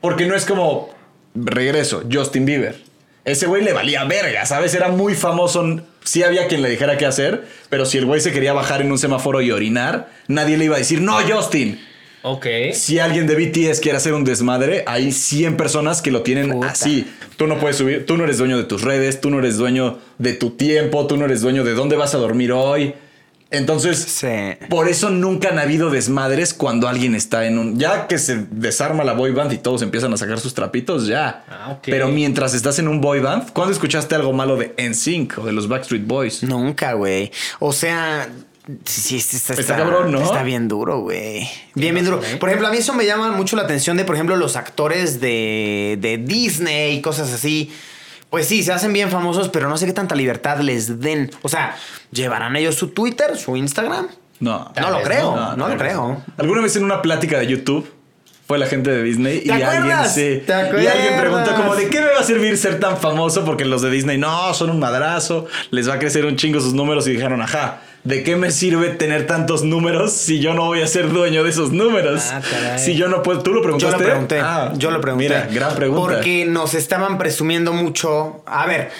Porque no es como, regreso, Justin Bieber. Ese güey le valía verga, ¿sabes? Era muy famoso. n- Sí había quien le dijera qué hacer, pero si el güey se quería bajar en un semáforo y orinar, nadie le iba a decir, no, Justin.
Ok.
Si alguien de BTS quiere hacer un desmadre, hay 100 personas que lo tienen
Puta.
así. Tú no puedes subir, tú no eres dueño de tus redes, tú no eres dueño de tu tiempo, tú no eres dueño de dónde vas a dormir hoy. Entonces,
Sí.
por eso nunca han habido desmadres cuando alguien está en un. Ya que se desarma la boy band y todos empiezan a sacar sus trapitos, ya.
Ah, ok.
Pero mientras estás en un boy band, ¿cuándo escuchaste algo malo de NSYNC o de los Backstreet Boys?
Pues Nunca, güey. O sea, sí, sí, sí, está,
Pues Está cabrón, ¿no?
Está bien duro, güey. Bien, bien
¿eh?
duro. Por ejemplo, a mí eso me llama mucho la atención de, por ejemplo, los actores de, de Disney y cosas así. Pues sí, se hacen bien famosos, pero no sé qué tanta libertad les den. O sea, ¿llevarán ellos su Twitter, su Instagram?
No.
no lo
vez
creo, no,
no,
lo
tal vez
creo.
Alguna vez en una plática de YouTube fue la gente de Disney y
acuerdas?
alguien se
¿Te
y alguien
acuerdas?
preguntó como de qué me va a servir ser tan famoso porque los de Disney no son un madrazo, les va a crecer un chingo sus números y dijeron, "Ajá, ¿de qué me sirve tener tantos números si yo no voy a ser dueño de esos números?
Ah, caray.
Si yo no puedo, tú lo
Yo
preguntaste.
lo pregunté.
Ah,
yo lo pregunté.
Mira, gran pregunta.
Porque nos estaban presumiendo mucho. A ver,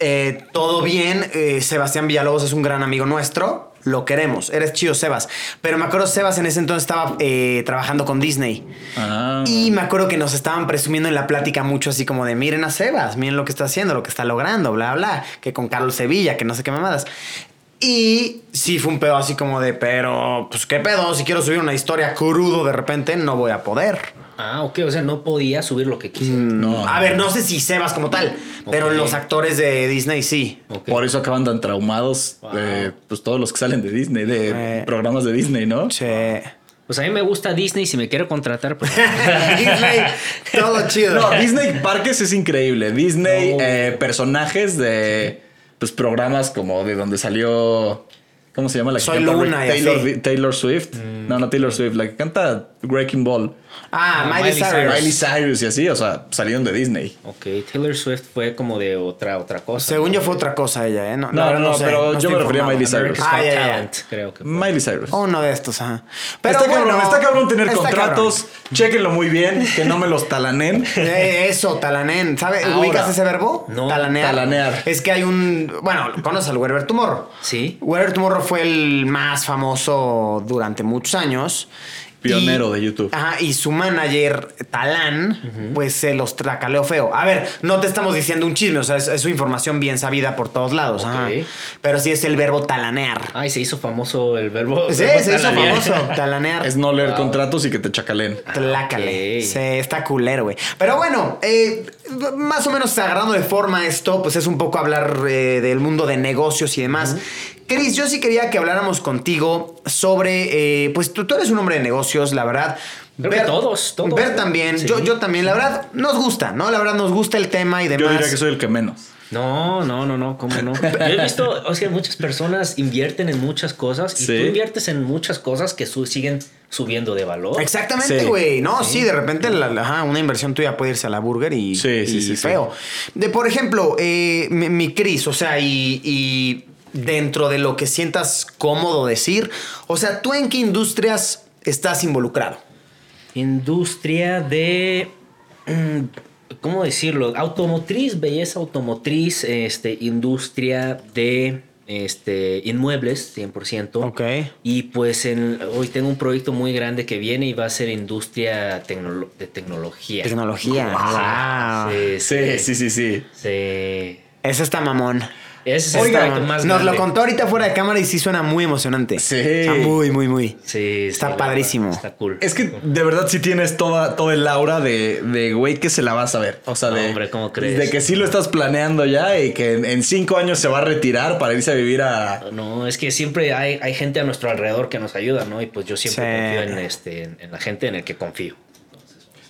eh, todo bien. eh, Sebastián Villalobos es un gran amigo nuestro. Lo queremos. Eres chido, Sebas. Pero me acuerdo, Sebas en ese entonces estaba eh, trabajando con Disney.
Ah.
Y me acuerdo que nos estaban presumiendo en la plática mucho así como de miren a Sebas, miren lo que está haciendo, lo que está logrando, bla, bla, que con Carlos Sevilla, que no sé qué mamadas. Y sí fue un pedo así como de, pero pues qué pedo, si quiero subir una historia crudo de repente, no voy a poder.
Ah, ok, o sea, no podía subir lo que quise.
Mm,
No.
A ver, no sé si Sebas como tal, pero
Ok.
los actores de Disney sí.
Ok.
Por eso acaban tan traumados
Wow.
eh, pues todos los que salen de Disney, de
Eh.
programas de Disney, ¿no? [laughs]
Che.
Pues a mí me gusta Disney, si me quiere contratar,
[laughs]
pues...
Disney, todo chido. [laughs]
No, Disney Parques es increíble. Disney
No.
eh, personajes de pues programas como de donde salió ¿Cómo se llama la que
Soy
canta
Luna y
Taylor,
así. Mm.
Taylor Swift? No, no Taylor Swift, la que canta Breaking Ball.
Ah, Miley,
Miley
Cyrus.
Cyrus.
Miley Cyrus y así, o sea, salieron de Disney.
ok, Taylor Swift fue como de otra, otra cosa.
Según yo fue otra cosa ella, ¿eh? No,
No,
la verdad
no,
sé,
pero yo
estoy
me refería
informado.
a Miley Cyrus.
Ah, ya, ya, ya.
Talent, creo que fue.
Miley Cyrus.
Uno de estos, ajá.
está cabrón,
Oh, bueno,
está cabrón tener
está
contratos. Chéquenlo muy bien, que no me
[laughs]
los talanen.
cabrón. Eh, eso, talanén. ¿Sabes?
Ahora.
¿Ubicas ese verbo?
No,
Talanear.
talanear.
Es que hay un. Bueno, conoces al Werber Tomorrow.
Sí.
Werber Tomorrow fue el más famoso durante muchos años.
Pionero de YouTube.
Ajá, y su manager, Talán, pues se los tracaleó feo. A ver, no te estamos diciendo un chisme, o sea, es, es su información bien sabida por todos lados.
Ok.
ajá. Pero sí es el verbo talanear.
Ay, se hizo famoso el verbo.
Sí,
verbo
se hizo
talanear.
famoso,
[laughs]
talanear.
Es no leer contratos y que te chacalen.
Tlácale.
Ah, Ok.
Sí, está culero, güey. Pero bueno, eh, más o menos agarrando de forma esto, pues es un poco hablar eh, del mundo de negocios y demás. Cris, yo sí quería que habláramos contigo sobre, eh, pues tú, tú eres un hombre de negocios, la verdad.
Creo que todos, todos.
Ver también,
Sí.
yo, yo también, la verdad, nos gusta, ¿no? La verdad, nos gusta el tema y demás.
Yo diría que soy el que menos.
No, no, no, no, cómo
[laughs]
no. Yo he visto, o sea, muchas personas invierten en muchas cosas y
Sí.
tú inviertes en muchas cosas que su- siguen subiendo de valor.
Exactamente,
Sí.
güey. No, sí, de repente la- la- ajá, una inversión tuya puede irse a la burger y,
Sí, sí,
y
sí, sí.
feo. De, por ejemplo, eh, mi, mi Cris, o sea, y, y dentro de lo que sientas cómodo decir, o sea, ¿tú en qué industrias estás involucrado?
Industria de. mm, ¿Cómo decirlo? Automotriz, belleza automotriz, este, industria de este, inmuebles, 100%.
Ok.
Y pues en, hoy tengo un proyecto muy grande que viene y va a ser industria tecnolo- de tecnología.
Tecnología. Wow.
Sí,
Sí, sí, sí, sí.
sí.
Ese está mamón.
Ese es el
Oiga,
proyecto más
nos lo
grande.
contó ahorita fuera de cámara y sí suena muy emocionante.
Sí.
Está muy, muy, muy.
Sí,
Está
sí,
padrísimo.
Está cool.
Es que de verdad sí tienes toda, todo el aura de, de güey que se la va a saber. O sea, de.
Hombre, ¿cómo crees?
De que sí lo estás planeando ya y que en, en cinco años se va a retirar para irse a vivir a.
No, es que siempre hay, hay gente a nuestro alrededor que nos ayuda, ¿no? Y pues yo siempre
Sí.
confío en, este, en, en la gente en el que confío.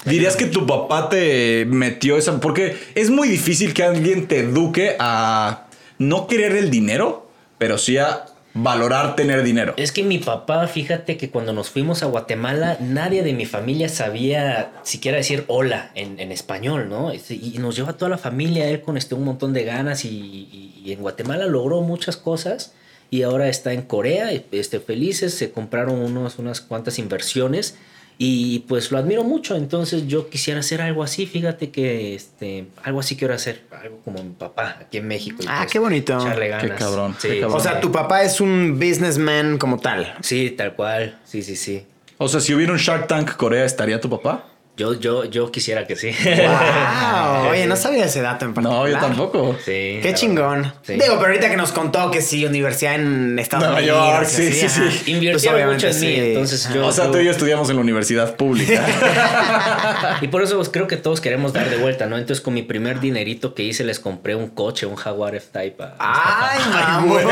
Dirías que tu papá te metió esa. Porque es muy difícil que alguien te eduque a no querer el dinero, pero sí a valorar tener dinero.
Es que mi papá, fíjate que cuando nos fuimos a Guatemala, nadie de mi familia sabía siquiera decir hola en, en español, ¿no? Este, Y, y nos lleva a toda la familia, él con este, un montón de ganas y, y- y en Guatemala logró muchas cosas y ahora está en Corea, este, felices, se compraron unos, unas cuantas inversiones y pues lo admiro mucho, entonces yo quisiera hacer algo así, fíjate que este, algo así quiero hacer, algo como mi papá aquí en México. y, pues,
Ah, qué bonito.
echarle
Qué
ganas.
cabrón, qué cabrón.
O sea, tu papá es un businessman como tal.
Sí, tal cual. Sí, sí, sí.
O sea, si hubiera un Shark Tank Corea, ¿estaría tu papá?
Yo, yo, yo quisiera que sí. [laughs]
Wow, oye, no sabía ese dato en particular.
No, yo tampoco.
Sí,
Qué
la
chingón.
verdad, sí.
Digo, pero ahorita que nos contó que sí, universidad en Estados
Nueva
Unidos.
York,
que
sí, sí,
ajá.
sí.
Invirtieron
Pues,
mucho en mí,
obviamente, sí.
entonces yo...
O sea,
yo-
tú y yo estudiamos en la universidad pública.
Y por eso pues, creo que todos queremos dar de vuelta, ¿no? Entonces con mi primer dinerito que hice les compré un coche, un Jaguar F-Type. a-
Ah. Ay,
[laughs] Ay,
mamón.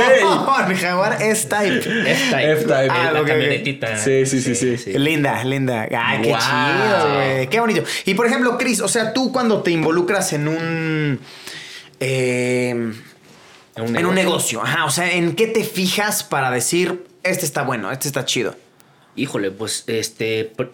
güey.
Jaguar es type.
F-Type.
F-Type.
Ah, ok,
la
ok.
camionetita.
Sí, sí, sí, sí.
Linda, linda. Ay, qué
Wow.
chido, güey. Qué bonito. Y por ejemplo, Chris, o sea, tú cuando te involucras en un. eh, en un negocio, ajá. O sea, ¿en qué te fijas para decir este está bueno, este está chido?
híjole, pues este, pr-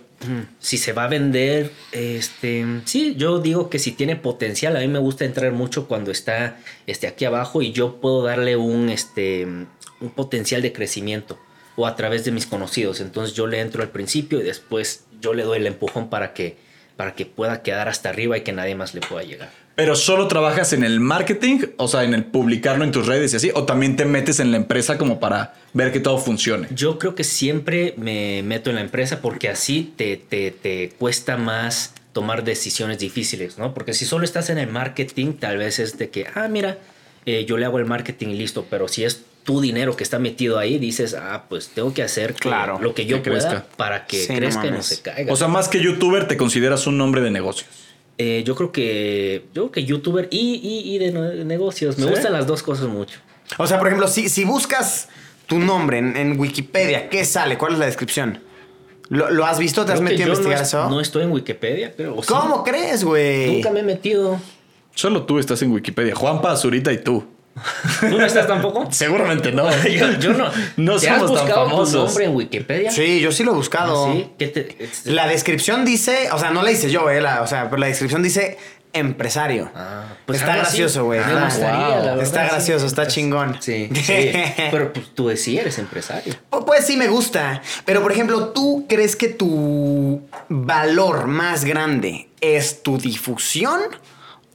si se va a vender, este, sí, yo digo que si tiene potencial, a mí me gusta entrar mucho cuando está este, aquí abajo y yo puedo darle un, este, un potencial de crecimiento o a través de mis conocidos. Entonces yo le entro al principio y después yo le doy el empujón para que, para que pueda quedar hasta arriba y que nadie más le pueda llegar.
Pero solo trabajas en el marketing, o sea, en el publicarlo en tus redes y así, o también te metes en la empresa como para ver que todo funcione.
Yo creo que siempre me meto en la empresa porque así te, te, te cuesta más tomar decisiones difíciles, ¿no? Porque si solo estás en el marketing, tal vez es de que, ah, mira, eh, yo le hago el marketing y listo, pero si es tu dinero que está metido ahí, dices, ah, pues tengo que hacer que-
Claro,
lo que yo
que
pueda
crezca.
para que
Sí, no
crezca y no
mames.
se caiga.
O sea, más que youtuber, te consideras un hombre de negocios.
Eh, yo creo que yo creo que youtuber y, y, y de ne- negocios. Me
¿Sí?
gustan las dos cosas mucho.
O sea, por ejemplo, si, si buscas tu nombre en, en Wikipedia, ¿qué sale? ¿Cuál es la descripción? ¿Lo, lo has visto? ¿Te has
Creo que
metido a
yo no
investigar
es-
eso?
No estoy en Wikipedia, pero o sí.
¿Cómo crees, güey?
Nunca me he metido.
Solo tú estás en Wikipedia. Juanpa, Zurita y tú.
¿Tú no
[laughs]
estás tampoco?
Seguramente [laughs] no.
Yo, yo no.
No
¿Te has
somos tan
buscado tu
famosos.
nombre en Wikipedia?
Sí, yo sí lo he buscado.
¿Ah, ¿Sí? ¿Qué te- es-
La descripción dice, o sea, no la hice yo, eh, la- o sea, pero la descripción dice empresario.
Ah, pues
está
algo así. Ah,
gracioso, güey.
Me
Ajá.
gustaría, la
Ah, Wow.
verdad,
Está
sí. Pues,
gracioso, está chingón. [laughs]
Sí, sí. Pero pues, tú sí eres empresario.
Pu- Pues sí me gusta, pero por ejemplo, ¿tú crees que tu valor más grande es tu difusión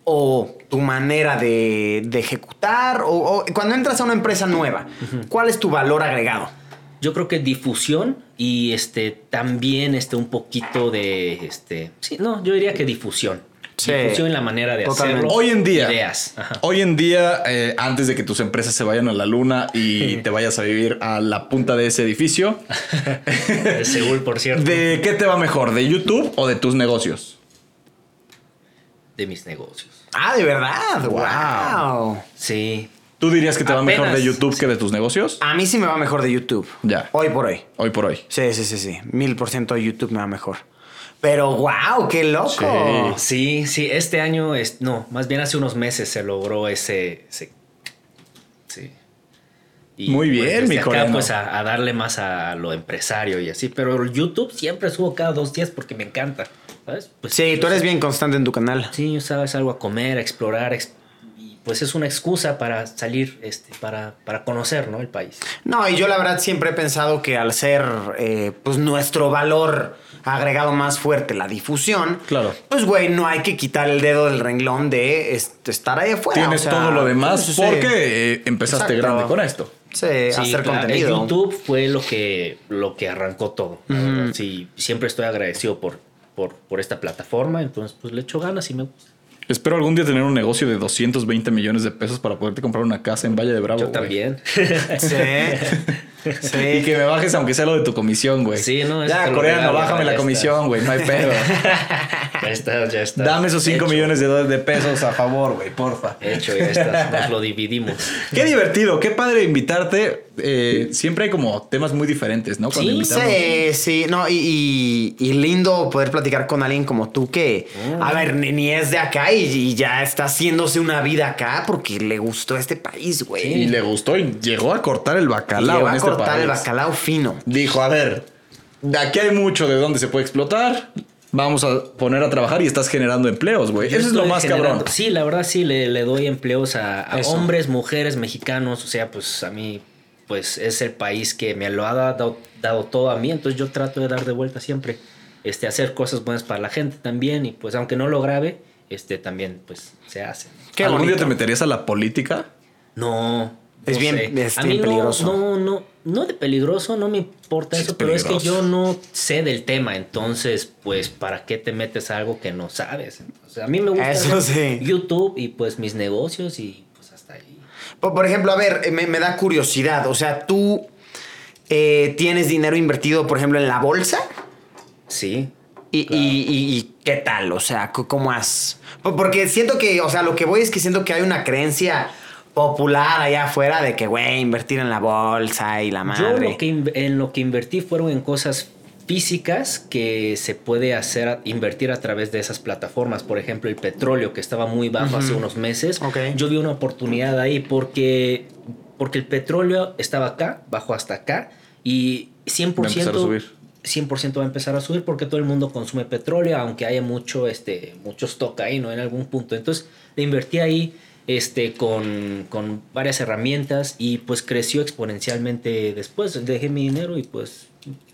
o tu manera de, de ejecutar? O, o cuando entras a una empresa nueva, ¿cuál es tu valor agregado?
Yo creo que difusión y este también este un poquito de este sí no yo diría que difusión
Sí.
difusión en la manera de
Totalmente.
hacerlo
Hoy en día.
ideas Ajá.
Hoy en día, eh, antes de que tus empresas se vayan a la luna y te vayas a vivir a la punta de ese edificio,
de Seúl por cierto de,
¿de qué te va mejor? ¿De YouTube o de tus negocios?
mis negocios
Ah, de verdad, wow.
Wow.
sí
¿Tú dirías que te va mejor
Apenas.
de YouTube que de tus negocios?
A mí sí me va mejor de YouTube.
Ya.
Hoy por hoy.
Hoy por hoy.
Sí, sí, sí, sí. Mil por ciento de YouTube me va mejor. Pero wow, qué loco.
Sí.
Ah, Sí, sí, este año, es, no, más bien hace unos meses se logró ese... ese- sí. Y,
Muy bien,
desde
mi
acá,
coreano.
pues a, a darle más a lo empresario y así, pero YouTube siempre subo cada dos días porque me encanta, ¿sabes? Pues,
Sí, tú eres bien constante en tu canal.
Sí, yo sabes, algo a comer, a explorar, ex- y pues es una excusa para salir, este, para, para conocer, ¿no? El país.
No, y yo la verdad siempre he pensado que al ser eh, pues nuestro valor agregado más fuerte, la difusión,
Claro.
pues güey, no hay que quitar el dedo del renglón de este, estar ahí afuera.
Tienes
o sea,
todo lo demás
sí, sí, sí.
porque eh, empezaste
Exacto.
grande con esto.
Sí,
Sí,
hacer
claro,
contenido.
el YouTube fue lo que, lo que arrancó todo. la verdad. Sí, siempre estoy agradecido por, por, por esta plataforma, entonces pues le echo ganas y me gusta.
Espero algún día tener un negocio de 220 millones de pesos para poderte comprar una casa en Valle de Bravo.
Yo
güey.
también.
[laughs]
Sí. sí.
Y que me bajes aunque sea lo de tu comisión, güey.
Sí, no, eso te
Ya,
lo
coreano,
regalo,
bájame
ya
la
está.
comisión, güey. No hay pedo.
[laughs] [laughs] ya está, ya está.
Dame esos 5
Hecho,
millones de, do- de pesos a favor, güey, porfa.
Hecho, ya está. Nos lo dividimos.
Qué divertido, qué padre invitarte. Eh, siempre hay como temas muy diferentes, ¿no? Cuando
Sí,
invitamos.
Sí, sí, no, y, y- y lindo poder platicar con alguien como tú que,
Mm.
a ver, ni, ni es de acá y, y ya está haciéndose una vida acá porque le gustó este país, güey.
Y le gustó y llegó a cortar el
Y le
bacalao
va
en
a
este
cortar
país.
el bacalao fino.
Dijo, a ver, de aquí hay mucho de donde se puede explotar. Vamos a poner a trabajar y estás generando empleos, güey.
Yo
Eso es lo
estoy
más
generando-
cabrón.
Sí, la verdad sí, le, le doy empleos a, a
Eso.
hombres, mujeres, mexicanos. O sea, pues a mí, pues es el país que me lo ha dado, dado todo a mí. Entonces yo trato de dar de vuelta siempre. Este, hacer cosas buenas para la gente también. Y pues aunque no lo grabe, este también, pues se hace.
Qué
¿Algún
bonito.
día te meterías a la política?
No.
Es
no
bien-
sé.
es
a
bien
mí no-
peligroso.
No, no, no de peligroso, no me importa
Sí, es
eso, pero es que
peligroso.
yo no sé del tema, entonces, pues, ¿para qué te metes a algo que no sabes? Entonces, a mí me gusta
Eso
ver
sí.
YouTube y pues mis negocios y pues hasta ahí.
Por, por ejemplo, a ver, eh, me, me da curiosidad, o sea, tú eh, tienes dinero invertido, por ejemplo, en la bolsa.
Sí.
Y,
Claro.
y- y- y qué tal? O sea, c- ¿cómo has...? po- Porque siento que, o sea, lo que voy es que siento que hay una creencia popular allá afuera de que, güey, invertir en la bolsa y la
Yo
madre.
lo que in- en lo que invertí fueron en cosas físicas que se puede hacer a- invertir a través de esas plataformas. Por ejemplo, el petróleo que estaba muy bajo hace unos meses.
Ok.
Yo vi una oportunidad ahí porque, porque el petróleo estaba acá, bajó hasta acá y
Va a empezar a
100%...
subir.
100% va a empezar a subir porque todo el mundo consume petróleo, aunque haya mucho, este, mucho stock ahí, ¿no? En algún punto. Entonces, le invertí ahí este, con, con varias herramientas y pues creció exponencialmente después. Dejé mi dinero y pues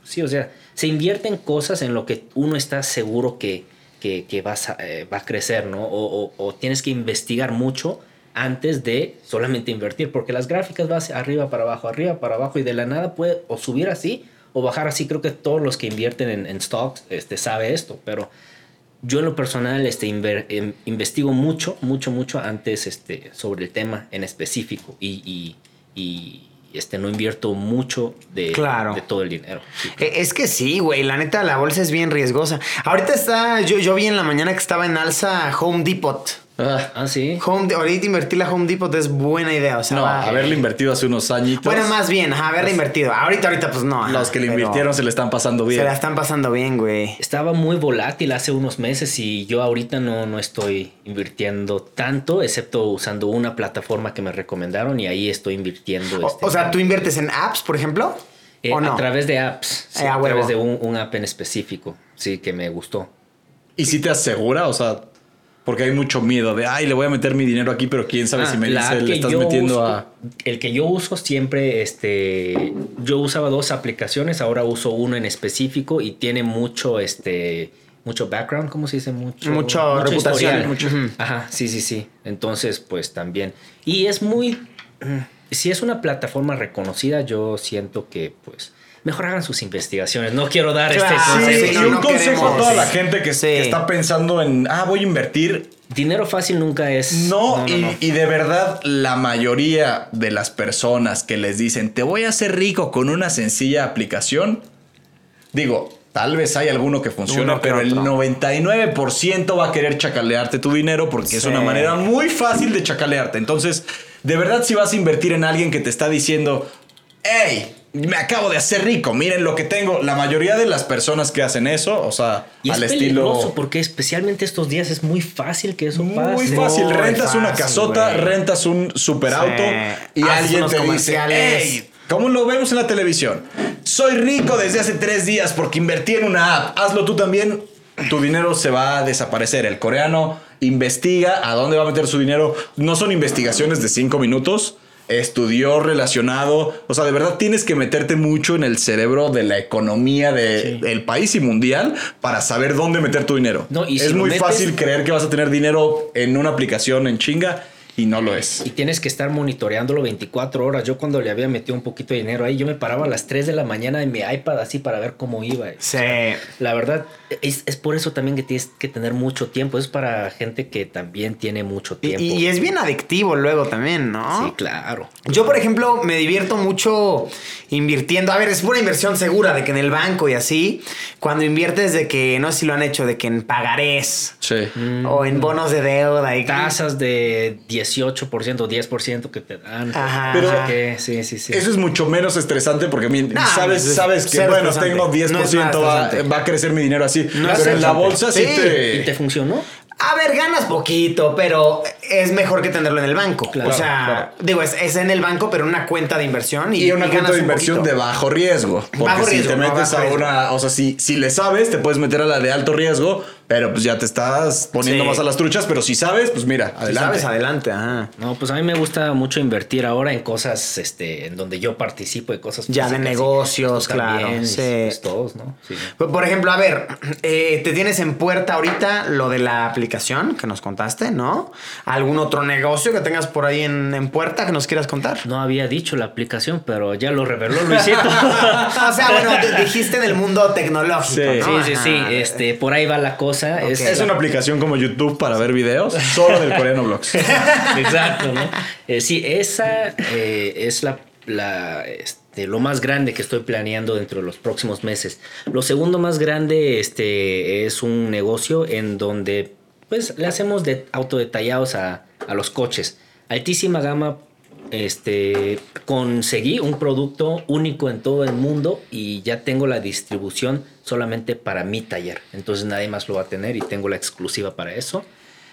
sí, o sea, se invierte en cosas en lo que uno está seguro que, que, que vas a, eh, va a crecer, ¿no? O, o- o tienes que investigar mucho antes de solamente invertir, porque las gráficas vas arriba para abajo, arriba para abajo y de la nada puede o subir así o bajar así. Creo que todos los que invierten en, en stocks este, sabe esto, pero yo en lo personal este, inver- em, investigo mucho, mucho, mucho antes este, sobre el tema en específico y, y- y, este, no invierto mucho de,
Claro.
de todo el dinero. Sí.
Eh, Es que sí, güey. La neta, la bolsa es bien riesgosa. Ahorita está. Yo, yo vi en la mañana que estaba en alza Home Depot.
Ah,
Ah, sí.
Home, De- ahorita invertir la Home Depot es buena idea. O sea,
no,
va-
haberle invertido hace unos añitos.
Ah, Bueno, más bien, ajá, haberla invertido. Ahorita, ahorita, pues no. ajá,
Los que le
pero
invirtieron se le están pasando bien.
Se la están pasando bien, güey.
Estaba muy volátil hace unos meses y yo ahorita no, no estoy invirtiendo tanto, excepto usando una plataforma que me recomendaron y ahí estoy invirtiendo.
O,
este,
o sea, ¿tú inviertes en apps, por ejemplo?
eh,
¿O no?
A través de apps, sí,
Eh, a
a, través
huevo.
de un, un app en específico, sí, que me gustó.
Y si te asegura, o sea, porque hay mucho miedo de, ay, le voy a meter mi dinero aquí, pero quién sabe
Ah,
si me
la
dice,
app
le
que
estás
yo
metiendo
uso-
a.
El que yo uso siempre, este, yo usaba dos aplicaciones, ahora uso uno en específico y tiene mucho, este, mucho background, ¿cómo se dice? Mucho,
Mucho reputación,
historial.
mucho- Ujú.
Ajá, sí, sí, sí. Entonces, pues también. Y es muy, si es una plataforma reconocida, yo siento que, pues, mejor hagan sus investigaciones. No quiero dar
Claro,
este
Ah, sí,
consejo.
y
no,
un
no
consejo
queremos.
a toda la gente que,
Sí.
que está pensando en, ah, voy a invertir.
Dinero fácil nunca es.
No, y,
no.
y de verdad, la mayoría de las personas que les dicen, te voy a hacer rico con una sencilla aplicación, digo, tal vez hay alguno que funciona,
Uno que
pero el
otro.
99% va a querer chacalearte tu dinero porque es
Sí.
una manera muy fácil de chacalearte. Entonces, de verdad, si vas a invertir en alguien que te está diciendo, hey, me acabo de hacer rico, miren lo que tengo. La mayoría de las personas que hacen eso, o sea,
Y
al
es
estilo.
peligroso porque especialmente estos días es muy fácil que eso
Muy
pase.
fácil,
Muy
rentas una
fácil,
casota,
güey.
rentas un superauto
Sí.
y
Haces
alguien
unos
te dice,
comerciales.
"Ey, ¿cómo lo vemos en la televisión? Soy rico desde hace tres días porque invertí en una app, hazlo tú también, tu dinero se va a desaparecer. El coreano investiga a dónde va a meter su dinero, no son investigaciones de cinco minutos. Estudió relacionado, o sea, de verdad tienes que meterte mucho en el cerebro de la economía de- del país y mundial para saber dónde meter tu dinero.
No, y
es
si lo
muy
metes-
fácil creer que vas a tener dinero en una aplicación en chinga y no lo es.
Y tienes que estar monitoreándolo 24 horas. Yo cuando le había metido un poquito de dinero ahí, yo me paraba a las 3 de la mañana en mi iPad así para ver cómo iba.
Sí.
La verdad, es, es por eso también que tienes que tener mucho tiempo. Es para gente que también tiene mucho
Y,
tiempo.
y- y es bien adictivo luego también, ¿no?
Sí, claro.
Yo, por ejemplo, me divierto mucho invirtiendo. A ver, es una inversión segura de que en el banco y así. Cuando inviertes de que, no sé si lo han hecho, de que en pagarés
Sí.
o en bonos de deuda y
Mm. Tasas de 18%, 10% que te dan.
Ajá.
Pero,
Pero-
sí, sí, sí.
Eso es mucho menos estresante porque mi-
No,
sabes,
es
sabes que,
cero
bueno,
estresante.
tengo 10%,
No es nada
va,
estresante.
va a crecer mi dinero así.
es
pero en la
estresante.
bolsa sí,
Sí,
te...
¿Y te funcionó?
A ver, ganas poquito, pero es mejor que tenerlo en el banco.
Claro,
o sea,
claro.
digo, es, es en el banco, pero una cuenta de inversión y,
Y una
y
cuenta
ganas
de
un
inversión
poquito.
de bajo riesgo. Porque
Bajo
si
riesgo,
te
no,
metes
bajo
a
riesgo.
una. O sea, si, si le sabes, te puedes meter a la de alto riesgo, pero pues ya te estás poniendo
Sí.
más a las truchas. Pero si sabes, pues mira,
Si
adelante.
sabes, adelante, ajá.
No, pues a mí me gusta mucho invertir ahora en cosas este, en donde yo participo de cosas.
Ya de
físicas y
negocios,
tú
claro,
también, y
sí.
pues todos, ¿no? Sí.
Por por ejemplo, a ver, eh, te tienes en puerta ahorita lo de la aplicación que nos contaste, ¿no? ¿Algún otro negocio que tengas por ahí en, en puerta que nos quieras
[laughs]
contar?
No había dicho la aplicación, pero ya lo reveló Luisito.
[laughs] o sea, bueno, te- dijiste del mundo tecnológico.
Sí.
¿no?
sí, sí, sí.
Ajá.
Este, por ahí va la cosa.
Ok.
Es,
Es
[laughs]
una aplicación como YouTube para ver videos solo del coreano
[laughs]
blogs.
Exacto, ¿no? Eh, sí, esa eh, es la, la, este, lo más grande que estoy planeando dentro de los próximos meses. Lo segundo más grande este, es un negocio en donde pues, le hacemos de, autodetallados a, a los coches. Altísima gama. Este, conseguí un producto único en todo el mundo y ya tengo la distribución solamente para mi taller. Entonces nadie más lo va a tener y tengo la exclusiva para eso.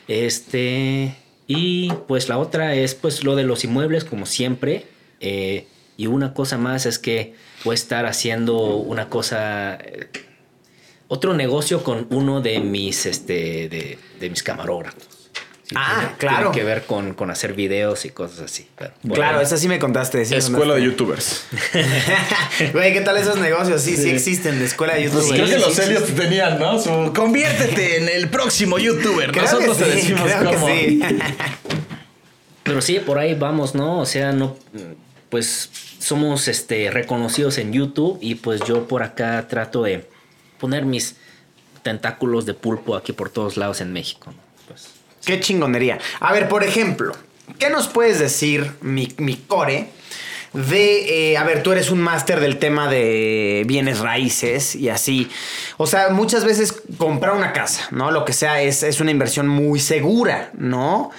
Este, y pues la otra es pues lo de los inmuebles, como siempre. eh, Y una cosa más es que voy a estar haciendo una cosa, eh, otro negocio con uno de mis, este, de, de mis camarógrafos. Sí,
Ah,
tiene-
claro.
Tiene que ver con, con hacer videos y cosas así. pero bueno.
Claro, esa sí me contaste. sí me
Escuela de youtubers.
contaste. [laughs] Güey, ¿qué tal esos negocios? Sí, sí, existen de escuela de YouTube.
Pues
güey.
creo que
Sí,
los
sí,
Helios tenían, ¿no? Su, Conviértete en el próximo youtuber.
Creo
Nosotros
que
te
sí,
decimos
creo que
cómo.
sí. [laughs]
Pero sí, por ahí vamos, ¿no? O sea, no, pues somos este, reconocidos en YouTube y pues yo por acá trato de poner mis tentáculos de pulpo aquí por todos lados en México. ¿no? Pues,
Qué chingonería. A ver, por ejemplo, ¿qué nos puedes decir, mi, mi core, de, eh, a ver, tú eres un máster del tema de bienes raíces y así. O sea, muchas veces comprar una casa, ¿no? Lo que sea, es, es una inversión muy segura, ¿no?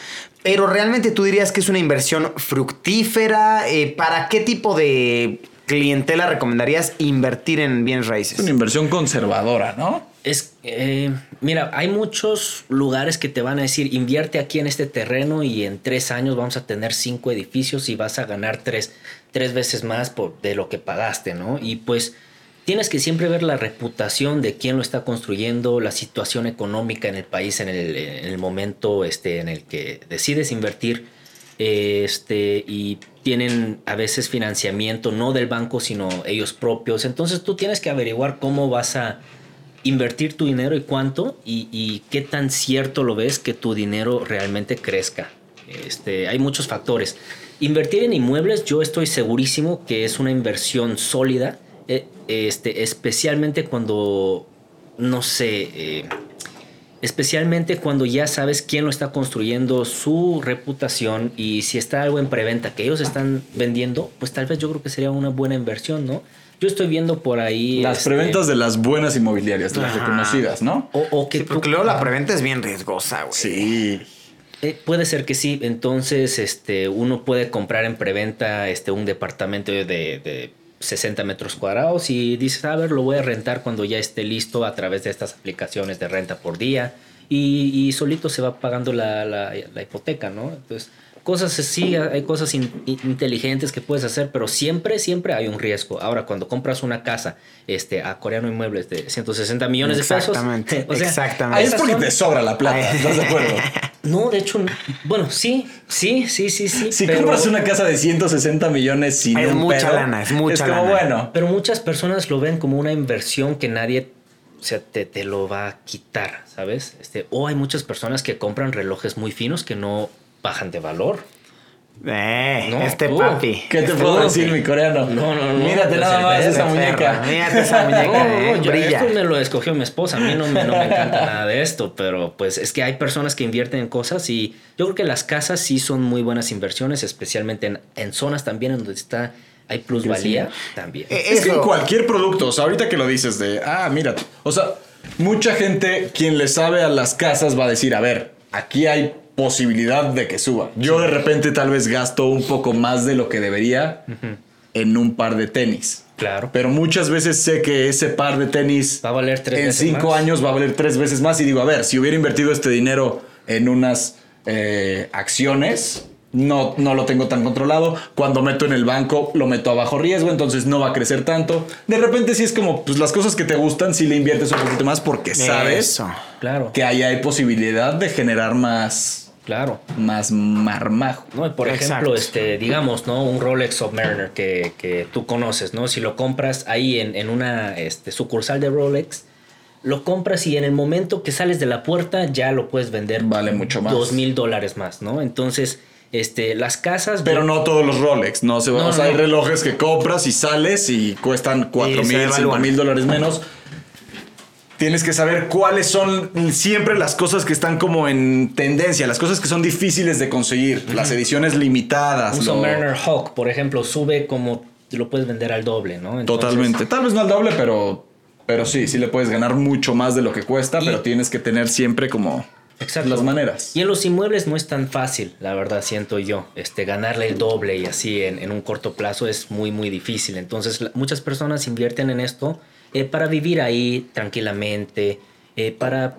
Pero realmente tú dirías que es una inversión fructífera. Eh, ¿Para qué tipo de clientela recomendarías invertir en bienes raíces?
Es una inversión conservadora, ¿no?
es, eh, mira, hay muchos lugares que te van a decir, invierte aquí en este terreno y en tres años vamos a tener cinco edificios y vas a ganar tres, tres veces más por, de lo que pagaste, ¿no? Y pues tienes que siempre ver la reputación de quién lo está construyendo, la situación económica en el país en el, en el momento este, en el que decides invertir. eh, Este, y tienen a veces financiamiento no del banco, sino ellos propios. Entonces tú tienes que averiguar cómo vas a, invertir tu dinero y cuánto y, y qué tan cierto lo ves que tu dinero realmente crezca. Este, hay muchos factores. Invertir en inmuebles, yo estoy segurísimo que es una inversión sólida, eh, este, especialmente cuando, no sé, eh, especialmente cuando ya sabes quién lo está construyendo, su reputación y si está algo en preventa que ellos están vendiendo, pues tal vez yo creo que sería una buena inversión, ¿no? Yo estoy viendo por ahí...
Las
este,
preventas de las buenas inmobiliarias, de las
Ajá.
reconocidas, ¿no?
o, o que
Sí,
tú-
porque luego la preventa es bien riesgosa, güey.
Sí.
eh, puede ser que sí. Entonces, este, uno puede comprar en preventa este, un departamento de, de 60 metros cuadrados y dices, a ver, lo voy a rentar cuando ya esté listo a través de estas aplicaciones de renta por día. Y, y solito se va pagando la, la- la hipoteca, ¿no? Entonces, cosas así, hay cosas in- in- inteligentes que puedes hacer, pero siempre, siempre hay un riesgo. Ahora, cuando compras una casa este, a Coreano Inmuebles de 160 millones de pesos.
Exactamente,
[laughs] o sea,
exactamente.
Ahí Ah, es
esas
porque
son-
te sobra la plata, ¿estás
[laughs]
de acuerdo?
no, de hecho, no. bueno, sí, sí, sí, sí, sí.
Si
pero,
compras una casa de 160 millones sin
Es
un
mucha
pedo,
lana, es mucha
Es como
lana.
bueno.
pero muchas personas lo ven como una inversión que nadie, o sea, te, te lo va a quitar, ¿sabes? Este, o hay muchas personas que compran relojes muy finos que no bajan de valor.
Eh,
No,
este
tú.
papi.
¿Qué te
Seguro
puedo decir,
que-
mi coreano?
No, no, no,
Mírate
pues
nada
el
más
beso
esa
Perra,
muñeca.
Mírate esa
[laughs]
No,
muñeca, eh,
yo-
brilla.
esto me lo escogió mi esposa, a mí no me, no me encanta nada de esto, pero pues es que hay personas que invierten en cosas y yo creo que las casas sí son muy buenas inversiones, especialmente en, en zonas también en donde está, hay plusvalía también.
Eh,
Es que en
Eso.
cualquier producto, o sea, ahorita que lo dices de, ah, mira, o sea, mucha gente quien le sabe a las casas va a decir, a ver, aquí hay posibilidad de que suba. Yo de repente tal vez gasto un poco más de lo que debería en un par de tenis.
Claro.
Pero muchas veces sé que ese par de tenis
Va a valer tres
en
veces
cinco
más.
años va a valer tres veces más. Y digo, a ver, si hubiera invertido este dinero en unas eh, acciones, no, no lo tengo tan controlado. Cuando meto en el banco, lo meto a bajo riesgo, entonces no va a crecer tanto. De repente, si es como, pues las cosas que te gustan, si le inviertes un poquito más porque sabes
Eso.
claro,
que ahí hay posibilidad de generar más,
claro.
más marmajo.
No, y por
Exacto.
ejemplo, este, digamos, ¿no? Un Rolex Submariner que, que tú conoces, ¿no? Si lo compras ahí en, en una este, sucursal de Rolex, lo compras y en el momento que sales de la puerta ya lo puedes vender.
Vale mucho más.
Dos mil dólares más, ¿no? Entonces, este, las casas.
Pero no todos los Rolex, no se va.
No,
o sea,
no.
hay relojes que compras y sales y cuestan 4
Y se
mil, 5
devalúan.
mil dólares menos. Tienes que saber cuáles son siempre las cosas que están como en tendencia, las cosas que son difíciles de conseguir, las ediciones limitadas.
Un
lo-
Submariner Hawk, por ejemplo, sube como lo puedes vender al doble, ¿no? Entonces,
Totalmente. Tal vez no al doble, pero, pero sí, sí le puedes ganar mucho más de lo que cuesta,
Y-
pero tienes que tener siempre como
Exacto.
las maneras.
Y en los inmuebles no es tan fácil, la verdad, siento yo. Este, ganarle el doble y así en, en un corto plazo es muy, muy difícil. Entonces, la- muchas personas invierten en esto eh, para vivir ahí tranquilamente, eh, para,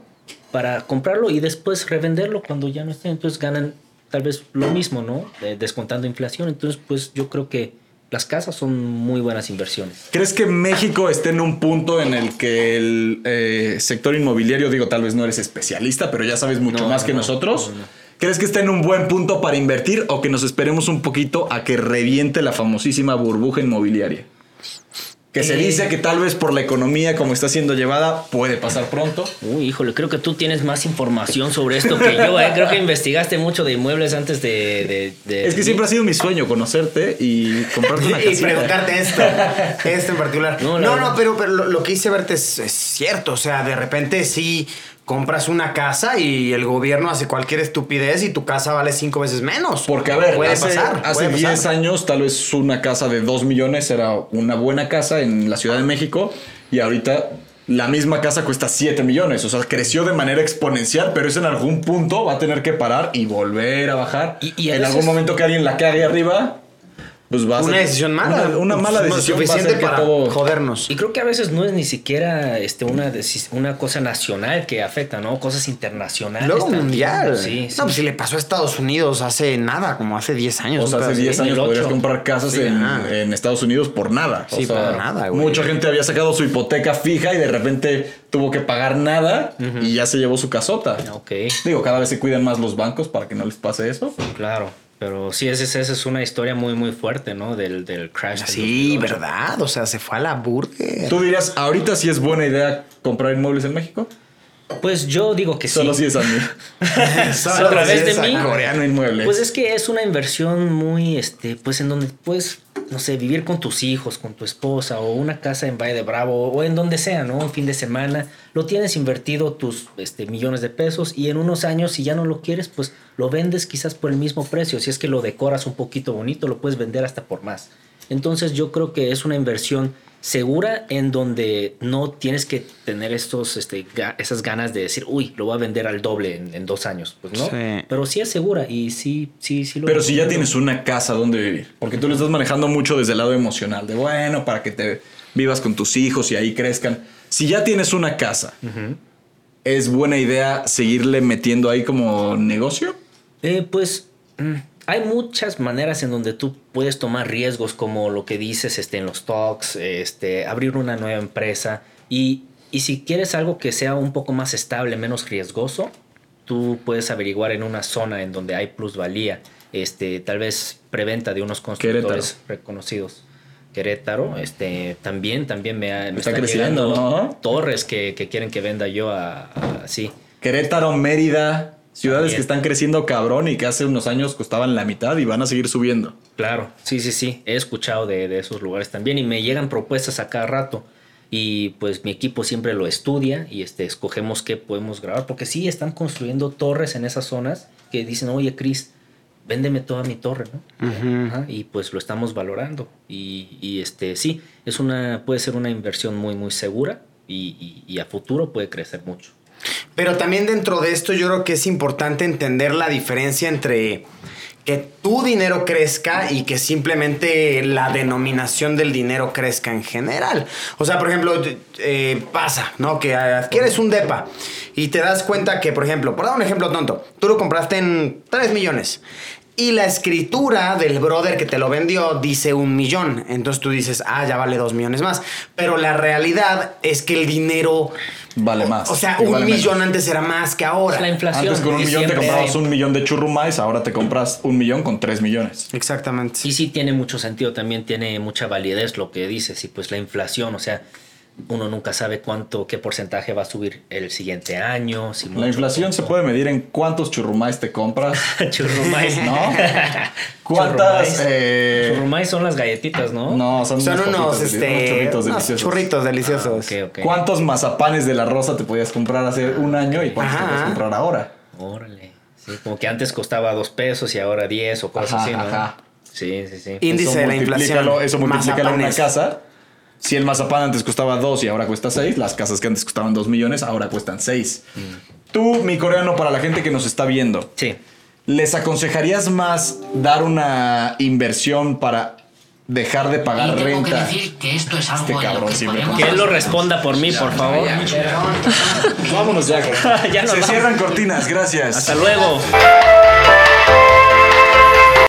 para comprarlo y después revenderlo cuando ya no esté. Entonces, ganan tal vez lo mismo, ¿no? Eh, descontando inflación. Entonces, pues yo creo que las casas son muy buenas inversiones.
¿Crees que México esté en un punto en el que el eh, sector inmobiliario, digo, tal vez no eres especialista, pero ya sabes mucho
No,
más
no,
que
no,
nosotros? ¿Crees que está en un buen punto para invertir o que nos esperemos un poquito a que reviente la famosísima burbuja inmobiliaria? Que se
Eh.
dice que tal vez por la economía como está siendo llevada puede pasar pronto.
Uy, híjole, creo que tú tienes más información sobre esto que yo, ¿eh? Creo que investigaste mucho de inmuebles antes de... de- de-
Es que siempre ha sido mi sueño conocerte y comprarte
[laughs]
una
Y
casita.
preguntarte
[laughs]
esto, esto en particular. No,
No, la
no,
verdad.
pero, pero lo, lo que hice verte es, es cierto. O sea, de repente sí compras una casa y el gobierno hace cualquier estupidez y tu casa vale cinco veces menos.
Porque, a ver,
puede
hace,
pasar.
hace
puede pasar.
10 años tal vez una casa de 2 millones era una buena casa en la Ciudad de México y ahorita la misma casa cuesta 7 millones. O sea, creció de manera exponencial, pero eso en algún punto va a tener que parar y volver a bajar.
Y- y a
en
veces-
algún momento que alguien la cague arriba, pues va a
Una
ser-
decisión mala.
Una, una mala
Pues, no,
decisión va a hacer
Suficiente
que
para
todo-
jodernos.
Y creo que a veces no es ni siquiera este, una, decis- una cosa nacional que afecta, ¿no? Cosas internacionales.
Luego
también.
mundial.
Sí, sí.
No, pues si le pasó a Estados Unidos hace nada, como hace 10 años.
O sea,
un
hace
pedazo.
10 años
2008.
podrías comprar casas
Sí,
en,
ajá.
en Estados Unidos por nada. O
Sí,
sea,
por nada, güey.
Mucha gente había sacado su hipoteca fija y de repente tuvo que pagar nada y ya se llevó su casota.
Ok,
Digo, cada vez se cuidan más los bancos para que no les pase eso.
claro. Pero sí, esa es, esa es una historia muy, muy fuerte, ¿no? Del, del crash. del
Pues Sí,
2008.
verdad. O sea, se fue a la burger. [laughs]
¿Tú dirías, ahorita sí es buena idea comprar inmuebles en México?
Pues yo digo que sí.
Solo si es a mí.
Solo
a través
si es
de mí.
a-
Coreano inmueble.
Pues es que es una inversión muy, este, pues en donde puedes, no sé, vivir con tus hijos, con tu esposa, o una casa en Valle de Bravo, o en donde sea, ¿no? Un fin de semana. Lo tienes invertido tus este, millones de pesos y en unos años, si ya no lo quieres, pues lo vendes quizás por el mismo precio. Si es que lo decoras un poquito bonito, lo puedes vender hasta por más. Entonces yo creo que es una inversión segura en donde no tienes que tener estos, este, ga- esas ganas de decir, uy, lo voy a vender al doble en, en dos años. Pues no.
Sí.
Pero sí es segura y sí, sí, sí lo
Pero si ya tienes una casa donde vivir, porque tú lo estás manejando mucho desde el lado emocional, de bueno, para que te vivas con tus hijos y ahí crezcan. Si ya tienes una casa, ¿es buena idea seguirle metiendo ahí como negocio?
Eh, pues mm, hay muchas maneras en donde tú puedes tomar riesgos, como lo que dices este, en los talks, este, abrir una nueva empresa. Y, y si quieres algo que sea un poco más estable, menos riesgoso, tú puedes averiguar en una zona en donde hay plusvalía, este, tal vez preventa de unos constructores
Querétaro.
reconocidos. Querétaro, este, también, también me, ha- me
Está
están
creciendo,
llegando
¿no?
torres que, que quieren que venda yo a, a- sí.
Querétaro, Mérida, ciudades
También.
que están creciendo cabrón y que hace unos años costaban la mitad y van a seguir subiendo.
Claro, sí, sí, sí. He escuchado de, de esos lugares también y me llegan propuestas a cada rato. Y pues mi equipo siempre lo estudia y este, escogemos qué podemos grabar. Porque sí, están construyendo torres en esas zonas que dicen, oye, Chris, véndeme toda mi torre, ¿no? Ajá, y pues lo estamos valorando. Y, y, este, sí, es una, puede ser una inversión muy, muy segura y, y- y a futuro puede crecer mucho.
Pero también dentro de esto yo creo que es importante entender la diferencia entre que tu dinero crezca y que simplemente la denominación del dinero crezca en general. O sea, por ejemplo, eh, pasa, ¿no? Que adquieres un DEPA y te das cuenta que, por ejemplo, por dar un ejemplo tonto, tú lo compraste en 3 millones. Y la escritura del brother que te lo vendió dice un millón. Entonces tú dices, ah, ya vale dos millones más. Pero la realidad es que el dinero
Vale más.
o sea,
y
un
vale menos.
millón antes era más que ahora.
La inflación.
Antes con un
y
millón te
siempre-
comprabas un millón de churrumais, ahora te compras un millón con tres millones.
Exactamente.
Y sí tiene mucho sentido, también tiene mucha validez lo que dices, y pues la inflación, o sea, uno nunca sabe cuánto, qué porcentaje va a subir el siguiente año. Si
La
[laughs]
inflación se puede medir en cuántos churrumais te compras, [laughs]
Churrumais,
¿no?
[laughs]
¿no? [laughs]
¿Cuántas? Eh,
Churrumais son las galletitas, ¿no?
no, son,
Son
unas
unos,
papitas deli-
este, unos
unos churritos deliciosos.
churritos deliciosos.
Ah, Ok, ok.
¿Cuántos mazapanes de la rosa te podías comprar hace un año y cuántos
Ajá.
te puedes comprar ahora?
Órale. Sí, como que antes costaba dos pesos y ahora diez o cosas
Ajá,
así, ¿no?
ajá.
Sí, sí, sí.
Índice de la inflación.
multiplícalo- Eso multiplícalo a una
Mazapanes.
casa. Si el mazapán antes costaba 2 y ahora cuesta 6, las casas que antes costaban 2 millones ahora cuestan 6.
Mm.
Tú, mi coreano, para la gente que nos está viendo,
Sí.
¿Les aconsejarías más dar una inversión para dejar de pagar
Y tengo
renta?
que decir que esto es algo
Este
de lo
cabrón
que
siempre
podemos
Que él lo
hablar.
responda por mí, por favor.
Vámonos ya.
[laughs] Ya nos
Se
vamos.
cierran cortinas, gracias.
Hasta luego.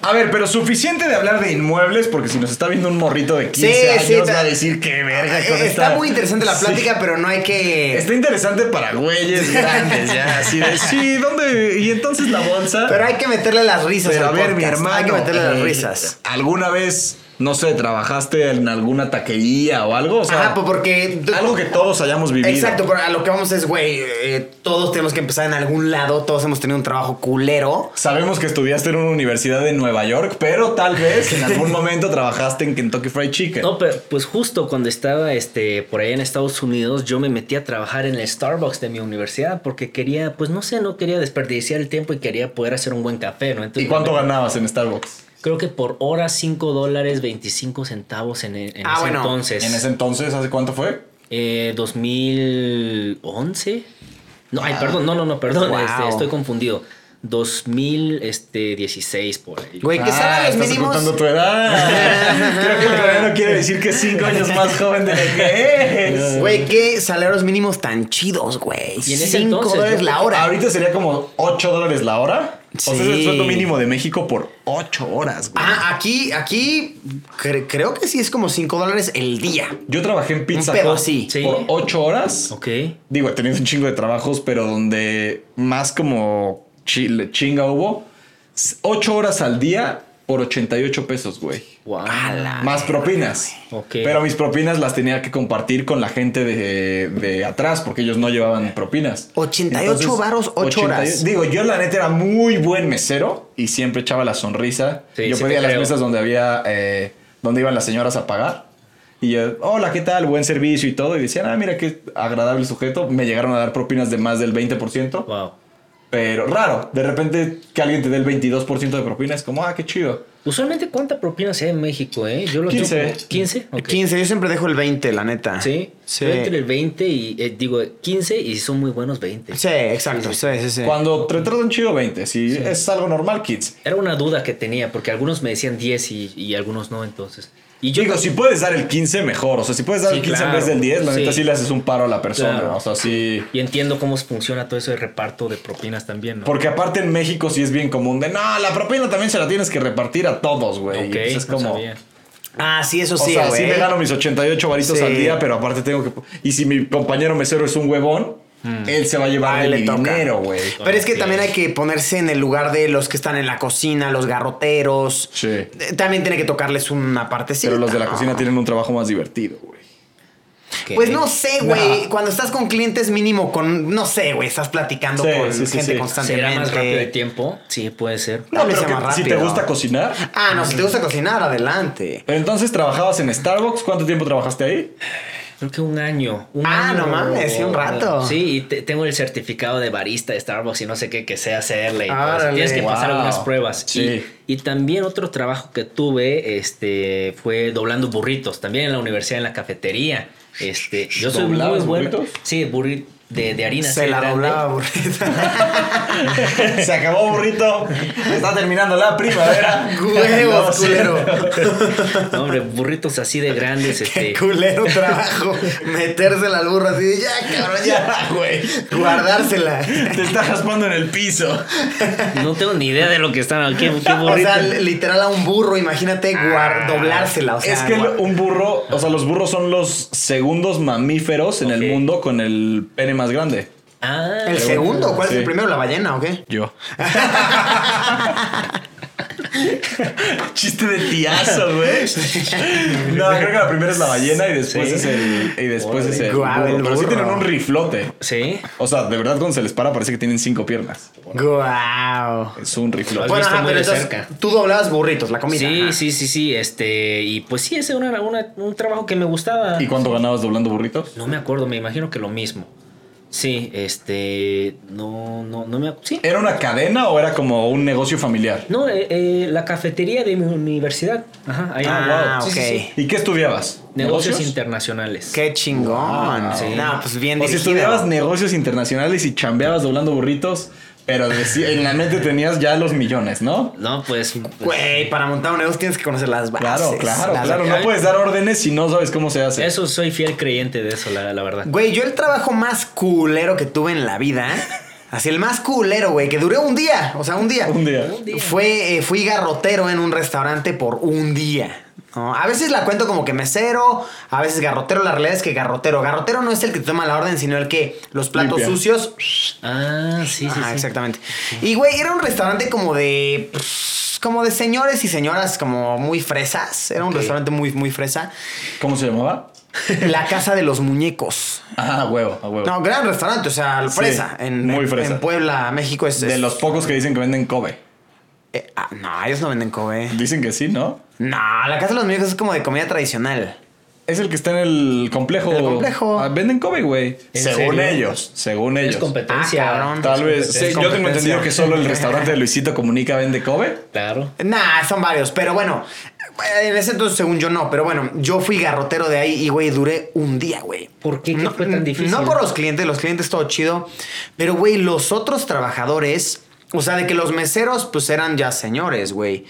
A ver, pero suficiente de hablar de inmuebles, porque si nos está viendo un morrito de 15
Sí,
años
sí, ta-
va a decir qué verga con
Eh, Está
esta-
muy interesante la
Sí.
plática, pero no hay que.
Está interesante para güeyes grandes, ya.
[laughs]
Así de, sí, ¿dónde? Y entonces la bolsa.
Pero hay que meterle las risas.
Pero a
al
ver, mi
podcast.
hermano.
Hay que meterle las
eh,
risas.
¿Alguna vez, no sé, trabajaste en alguna taquería o algo? O sea,
Ajá, pues porque.
algo que todos hayamos vivido.
Exacto, pero a lo que vamos es, güey, eh, todos tenemos que empezar en algún lado, todos hemos tenido un trabajo culero.
Sabemos que estudiaste en una universidad de Nueva York, pero tal
[laughs]
vez en algún momento trabajaste en Kentucky Fried Chicken.
No, pero pues justo cuando estaba este, por allá en Estados Unidos, yo me metí a trabajar en el Starbucks de mi universidad porque quería, pues no sé, no quería desperdiciar el tiempo y quería poder hacer un buen café, ¿no? Entonces,
¿Y cuánto
me-
ganabas en Starbucks?
Creo que por hora 5 dólares 25 centavos en, en
Ah,
ese
bueno,
entonces.
En ese entonces, ¿hace cuánto fue?
Eh, 2011. No, ay, perdón, no, no, no, perdón,
Ah. Wow.
este, estoy confundido. 2016 por ahí.
Güey, que
Ah,
salgan los
estás
mínimos.
ocultando tu
[laughs]
edad. Creo que todavía no quiere decir que es cinco años más joven de lo que [laughs] es.
Güey, qué salarios mínimos tan chidos, güey.
Y en ese
5
entonces,
dólares
yo-
la hora.
Ahorita sería como 8 dólares la hora. O sea, es el
Sí.
sueldo mínimo de México por 8 horas, güey.
Ah, aquí, aquí cre- creo que sí es como 5 dólares el día.
Yo trabajé en Pizza
Un pedo
Hut
así.
Sí.
por 8 horas.
Ok.
Digo, he tenido un chingo de trabajos, pero donde más como chile- chinga hubo, 8 horas al día por 88 pesos, güey.
Wow.
Ah,
Ah,
Más propinas.
Ok.
Pero mis propinas las tenía que compartir con la gente de, de atrás porque ellos no llevaban propinas.
88 varos, ocho horas.
Digo, yo la neta era muy buen mesero y siempre echaba la sonrisa.
Sí,
yo
sí
pedía
te
las
creo.
mesas donde había, eh, donde iban las señoras a pagar. Y yo, hola, ¿qué tal? Buen servicio y todo. Y decían, ah, mira qué agradable sujeto. Me llegaron a dar propinas de más del 20%.
Wow.
Pero raro, de repente que alguien te dé el 22% de propina es como, ah, qué chido.
Usualmente, ¿cuánta propina se da en México, eh? Yo lo
15.
tengo- ¿15? Ok.
15, yo siempre dejo el 20, la neta.
Sí.
Sí.
Yo entre el 20 y, eh, digo, 15 y son muy buenos 20.
Sí, exacto. Sí, sí, sí.
Cuando te tratan chido, 20. Si es algo normal, kids.
Era una duda que tenía porque algunos me decían 10 y, y algunos no, entonces. Y yo
Digo, si puedes dar el 15, mejor. O sea, si puedes dar
Sí,
el 15 en
claro.
vez del 10, la neta
Sí.
sí le haces un paro a la persona.
Claro.
O sea, sí.
y entiendo cómo funciona todo eso de reparto de propinas también, ¿no?
Porque aparte en México sí es bien común de, no, la propina también se la tienes que repartir a todos, güey. Y
Ok,
pues es
no
como...
sabía.
Ah, sí, eso
O
sí,
sea, sí
güey.
me gano mis 88 varitos
Sí.
al día, pero aparte tengo que... Y si mi compañero mesero es un huevón, él se va a
A
llevar
él
el
le toca.
dinero, güey.
Pero es que
Sí.
también hay que ponerse en el lugar de los que están en la cocina, los garroteros.
Sí.
Eh, También tiene que tocarles una partecita.
Pero los de la cocina tienen un trabajo más divertido, güey.
Ok.
Pues no sé, güey.
Nah.
Cuando estás con clientes mínimo con, no sé, güey, estás platicando
Sí,
con
sí, sí,
gente
sí.
constantemente.
¿Será más rápido de tiempo? Sí, puede ser.
No,
No,
le
pero
sea
que
más
si te
rápido.
gusta cocinar...
Ah, no, si te gusta cocinar, adelante.
Pero entonces trabajabas en Starbucks, ¿cuánto tiempo trabajaste ahí?
Creo que un año. un
Ah,
año
no mames,
o-
sí, un rato.
Sí, y te- tengo el certificado de barista de Starbucks y no sé qué que sé hacerle. y todo eso.
Árale.
Tienes que pasar
Wow.
algunas pruebas.
Sí.
Y, y también otro trabajo que tuve este, fue doblando burritos, también en la universidad, en la cafetería. Este, yo soy muy
¿Doblabas
bueno.
burritos?
Sí, burrito de, de harina.
Se
así
la
grande.
doblaba burrita.
Se acabó burrito. Está terminando la primavera.
Huevos,
No, sí.
culero.
No, hombre, burritos así de grandes.
[laughs]
este,
Qué culero trabajo. Metérsela al burro así de ya, cabrón, [laughs] ya, güey. Guardársela.
Te estás raspando en el piso.
no tengo ni idea de lo que están. ¿Qué, qué burrito?
[laughs] O sea, literal a un burro, imagínate guar- doblársela. O sea,
es que
guar-
el- un burro, o sea, los burros son los segundos mamíferos en
Ok.
el mundo con el pene más grande.
Ah,
¿El segundo? ¿Cuál es el
Sí.
primero? ¿La ballena o qué?
Yo. [laughs] Chiste de tiazo, güey. No, creo que la primera es la ballena y después
Sí.
es el. Y después es el.
Guau, el
burro. Pero sí
burro.
tienen un riflote.
Sí.
O sea, de verdad cuando se les para parece que tienen cinco piernas.
Guau.
Es un riflote.
Bueno,
visto
ajá,
muy
pero
de
entonces
cerca.
tú doblabas burritos, la comida.
Sí,
Oh, ajá.
sí, sí, sí, este, y pues sí, ese era una- una- un trabajo que me gustaba.
¿Y cuánto ganabas doblando burritos?
No me acuerdo, me imagino que lo mismo. Sí, este, no, no, no me acuerdo. Sí,
¿Era una cadena o era como un negocio familiar?
no, eh, eh, la cafetería de mi universidad. Ajá, ahí
Ah,
Sí, sí,
ok.
sí.
¿Y qué estudiabas?
Negocios internacionales.
Qué chingón.
Wow.
Sí. No, pues bien
O si
dirigido.
estudiabas negocios internacionales y chambeabas doblando burritos, pero decí- en la mente tenías ya los millones, ¿no?
No, pues, pues,
Güey, para montar un negocio tienes que conocer las bases.
Claro, claro,
las-
claro. No puedes dar órdenes si no sabes cómo se hace.
eso soy fiel creyente de eso, la, la verdad.
Güey, yo el trabajo más culero que tuve en la vida Así el más culero, güey, que duró un día. O sea, un día.
Un día.
Un día.
Fue, eh, fui garrotero en un restaurante por un día. ¿no? A veces la cuento como que mesero, a veces garrotero. La realidad es que garrotero. Garrotero no es el que te toma la orden, sino el que los platos
Limpia.
sucios.
Ah, sí, sí.
Ajá,
sí.
exactamente. Y, güey, era un restaurante como de. pues, como de señores y señoras, como muy fresas. Era un
Ok.
restaurante muy, muy fresa.
¿Cómo se llamaba?
La casa de los muñecos.
Ah, huevo, a huevo.
No, gran restaurante, o sea,
Sí,
fresa. en,
muy
en-
fresa.
en Puebla, México pues es.
de
es-
los pocos que dicen que venden Kobe.
eh, ah, no, ellos no venden Kobe.
Dicen que sí, ¿no?
No, la casa de los muñecos es como de comida tradicional.
Es el que está en el complejo.
El complejo.
Ah, venden Kobe, güey.
¿En
Según
serio?
ellos. Según
Es
ellos.
competencia.
Ah, cabrón.
Tal vez.
Es
Sí, yo tengo
competencia.
entendido que solo el restaurante de Luisito Comunica vende Kobe.
Claro. [laughs]
Nah, son varios, pero bueno. En ese entonces, según yo, no. Pero bueno, yo fui garrotero de ahí y, güey, duré un día, güey.
¿Por qué? ¿Qué fue tan difícil?
No por los clientes, los clientes todo chido. Pero, güey, los otros trabajadores. O sea, de que los meseros, pues eran ya señores, güey.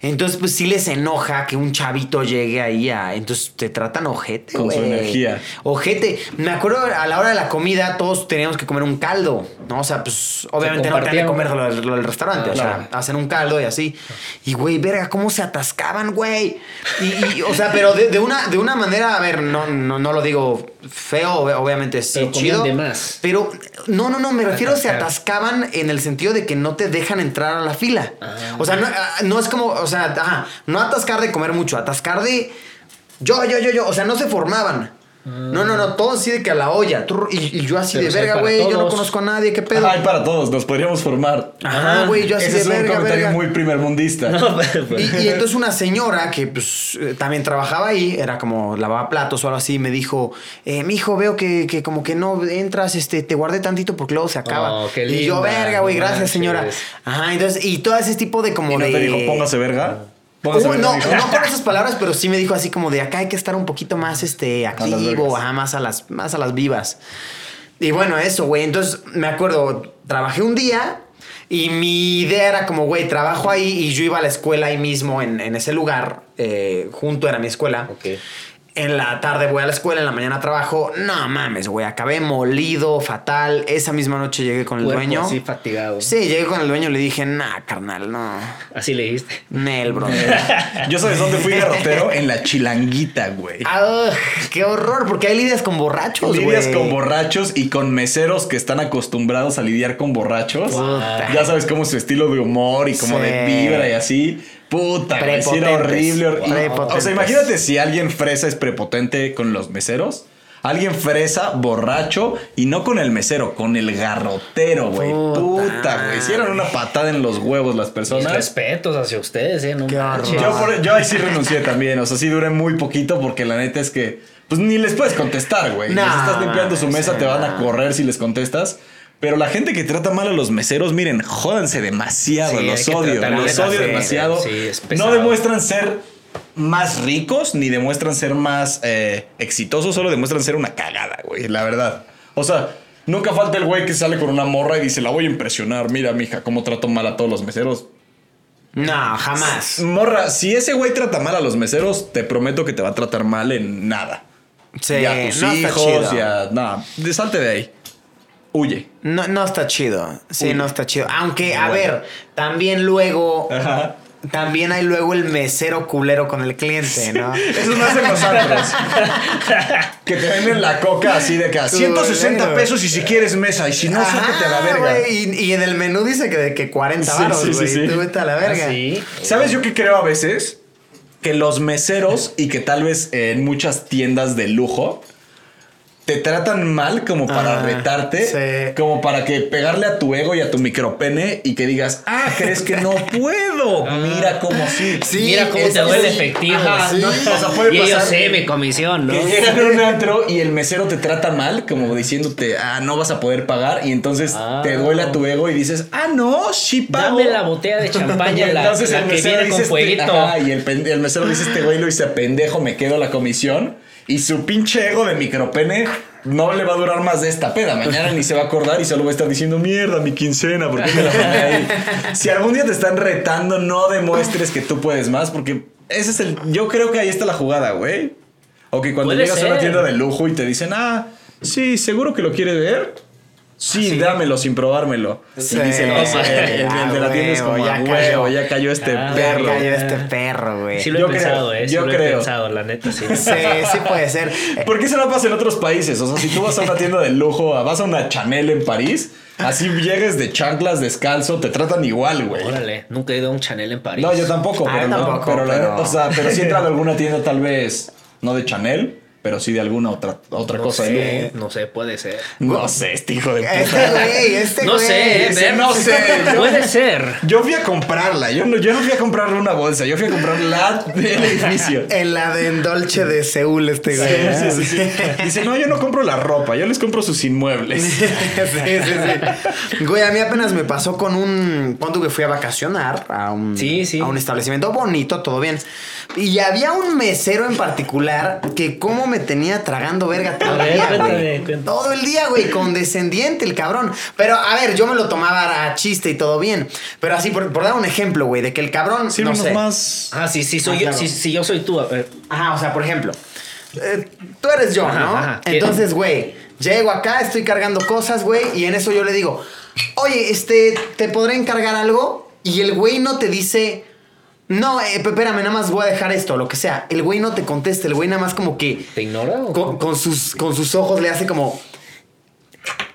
Entonces, pues sí les enoja que un chavito llegue ahí a. Entonces te tratan ojete,
Con su
güey.
energía.
Ojete. Me acuerdo a la hora de la comida, todos teníamos que comer un caldo, ¿no? O sea, pues obviamente no te han de comer
compartían.
lo del, lo del restaurante.
Ah,
o sea,
claro.
hacen un caldo y así. Y, güey, verga, cómo se atascaban, güey. Y, y, o sea, pero de, de una, de una manera, a ver, no, no, no lo digo feo, ob- obviamente sí,
Pero comían
chido.
de más.
Pero, no, no, no, me refiero a se
Atascar.
atascaban en el sentido de que no te dejan entrar a la fila. O sea, no, ah, no es como, o sea, ajá, no atascar de comer mucho, atascar de yo, yo, yo, yo. O sea, no se
Ah.
formaban. No, no, no, todo así de que a la olla. Turr, Y, y yo así
Pero
de
si hay
verga,
para
güey, yo no
todos.
conozco a nadie, qué pedo.
Hay para todos, nos podríamos formar.
Ajá, Ah, güey, yo así
Ese
de
es un
verga,
comentario
verga.
muy primermundista.
No, pues, pero-
Y,
[laughs]
y entonces una señora que pues eh, también trabajaba ahí, era como lavaba platos o algo así, me dijo, eh, mijo, veo que, que como que no entras, este, te guardé tantito porque luego se acaba.
Oh, qué
y yo,
linda,
verga, güey,
no
gracias, señora.
manches.
Ajá, entonces, y todo ese tipo de como
Y no
de.
te dijo, póngase verga. Póngase
Uh,
verga.
no,
dijo.
no con esas palabras, pero sí me dijo así como de acá hay que estar un poquito más este
las
activo,
vergas.
ajá, más a las, más a las vivas. Y bueno, eso, güey. Entonces, me acuerdo, trabajé un día y mi idea era como, güey, trabajo ahí y yo iba a la escuela ahí mismo en, en ese lugar. eh, junto era mi escuela.
Ok.
En la tarde voy a la escuela, en la mañana trabajo. No mames, güey. Acabé molido, fatal. Esa misma noche llegué con el
Cuerpo
dueño.
así fatigado.
Sí, llegué con el dueño y le dije, nah, carnal, no.
Así le dijiste.
Nel, bro.
[laughs] Yo sabes dónde fui garrotero en la chilanguita, güey.
Ah, ugh, ¡Qué horror! Porque hay lidias con borrachos,
Lidias
güey.
con borrachos y con meseros que están acostumbrados a lidiar con borrachos.
Puta.
Ya sabes cómo es su estilo de humor y como
Sí.
de vibra y así. Puta, güey, sí era
Prepotentes.
horrible. hor- y-
Prepotentes.
o sea, imagínate si alguien fresa es prepotente con los meseros. Alguien fresa, borracho y no con el mesero, con el garrotero, güey.
Puta
Puta, güey. Hicieron
madre.
una patada en los huevos las
Mis
personas.
respetos hacia ustedes, ¿eh? No
Qué
manches.
horror.
Yo, por- yo ahí sí renuncié también. O sea, sí duré muy poquito porque la neta es que, pues ni les puedes contestar, güey.
Nah,
les estás limpiando su mesa,
sí,
te van a
nah.
correr si les contestas. Pero la gente que trata mal a los meseros, miren, jódanse demasiado.
Sí, hay
los
que
odio,
tratar
los
bien a
odio
los
demasiado.
meseros, sí, es
no
pesado.
demuestran ser más ricos ni demuestran ser más eh, exitosos, solo demuestran ser una cagada, güey, la verdad. O sea, nunca falta el güey que sale con una morra y dice, la voy a impresionar, mira, mija, cómo trato mal a todos los meseros.
No, jamás.
Morra, si ese güey trata mal a los meseros, te prometo que te va a tratar mal en nada.
Sí,
y a tus
no está
hijos,
chido.
y a. Nada, de- salte de ahí. Huye.
No, no está chido. Sí,
Uy.
no está chido. Aunque, a
Bueno.
ver, también luego.
Ajá.
También hay luego el mesero culero con el cliente, ¿no?
[laughs] Eso no hacen
[laughs]
los antros. que te venden la coca así de que a 160
Culero.
pesos y si quieres mesa, y si no,
Ajá,
sáquete a la verga.
güey, Y, y en el menú dice que de que 40
Sí,
varos,
sí, sí,
güey.
sí.
Tú vete a la verga.
Ah, sí.
¿Sabes yo qué creo a veces? Que los meseros y que tal vez en muchas tiendas de lujo te tratan mal como para
Ah,
retarte,
sí.
como para que pegarle a tu ego y a tu micropene y que digas, ah, crees que no
[laughs]
puedo. Mira como sí.
Ah. Sí,
Mira cómo
es
te
que
duele
sí.
efectivo.
Ajá, sí.
no, o sea, puede
y ellos
pasar.
sé mi comisión, ¿no?
Que llegan a un antro y el mesero te trata mal, como diciéndote, ah, no vas a poder pagar. Y entonces
Ah.
te duele a tu ego y dices, ah, no, sí pago.
Dame la botella
[laughs]
de
Y
champaña, la,
entonces
la
el
que
mesero
viene
dice
con
este-
fueguito.
ajá, y el, pen- el mesero dice este güey lo hice pendejo, me quedo la comisión. Y su pinche ego de micropene no le va a durar más de esta peda. Mañana ni se va a acordar y solo va a estar diciendo mierda, mi quincena, ¿por qué me la mandé ahí? Si algún día te están retando, no demuestres que tú puedes más, porque ese es el. Yo creo que ahí está la jugada, güey. O que cuando
Puede
llegas a una
ser.
tienda de lujo y te dicen, ah, sí, seguro que lo quiere ver. Sí, dámelo sin probármelo.
Sí,
y dice el,
sí,
el- el de la
ya,
tienda es como,
huevo,
ya
ya
huevo,
cayó.
ya cayó este
Ya
perro.
Verga, yo
Ah.
este perro, güey.
Sí lo he
Yo
pensado,
creo,
¿eh? Sí
yo
lo he
creo.
pensado, la neta,
[laughs]
sí.
Sí, sí puede ser. Eh,
¿Por qué se la pasa en otros países? O sea, si tú vas a una tienda de lujo, vas a una Chanel en París, así llegues de chanclas descalzo, te tratan igual, güey.
Órale, nunca he ido a un Chanel en París.
No, yo tampoco,
Ah,
pero
yo
no,
tampoco,
pero, la-
pero-
o sea, pero sí he entrado a alguna tienda tal vez no de Chanel, pero sí de alguna otra otra
No
cosa.
sé,
¿eh?
no sé, puede ser.
No sé, este hijo de
Este
puta.
güey, este
No
güey.
sé, eh,
Ese
ver,
no sé.
[laughs] Puede ser.
Yo fui a comprarla, yo no, yo no fui a comprarle una bolsa, yo fui a comprar la del edificio.
En la de en Dolce de Seúl, este güey. ¿eh?
Sí, sí, sí, sí. Dice, no, yo no compro la ropa, yo les compro sus
[laughs]
inmuebles.
sí, sí, sí. Güey, a mí apenas me pasó con un. Cuando que fui a vacacionar a un,
Sí, sí.
a un establecimiento bonito, todo bien. Y había un mesero en particular que, cómo me tenía tragando verga todo
A
el
ver,
día.
cuéntame,
güey.
cuéntame.
Todo el día, güey, condescendiente el cabrón. Pero a ver, yo me lo tomaba a chiste y todo bien. Pero así, por, por dar un ejemplo, güey, de que el cabrón.
Sí,
no sé.
más.
Ah, sí, sí,
Ah,
soy
claro.
sí, sí, yo soy tú. A ver.
Ajá, o sea, por ejemplo, eh, tú eres yo,
Ajá,
¿no?
ajá.
Entonces, güey, llego acá, estoy cargando cosas, güey, y en eso yo le digo, oye, este, ¿te podré encargar algo? Y el güey no te dice, no, eh, espérame, nada más voy a dejar esto, lo que sea. El güey no te contesta, el güey nada más como que
¿Te ignora o
con, con sus, con sus ojos le hace como...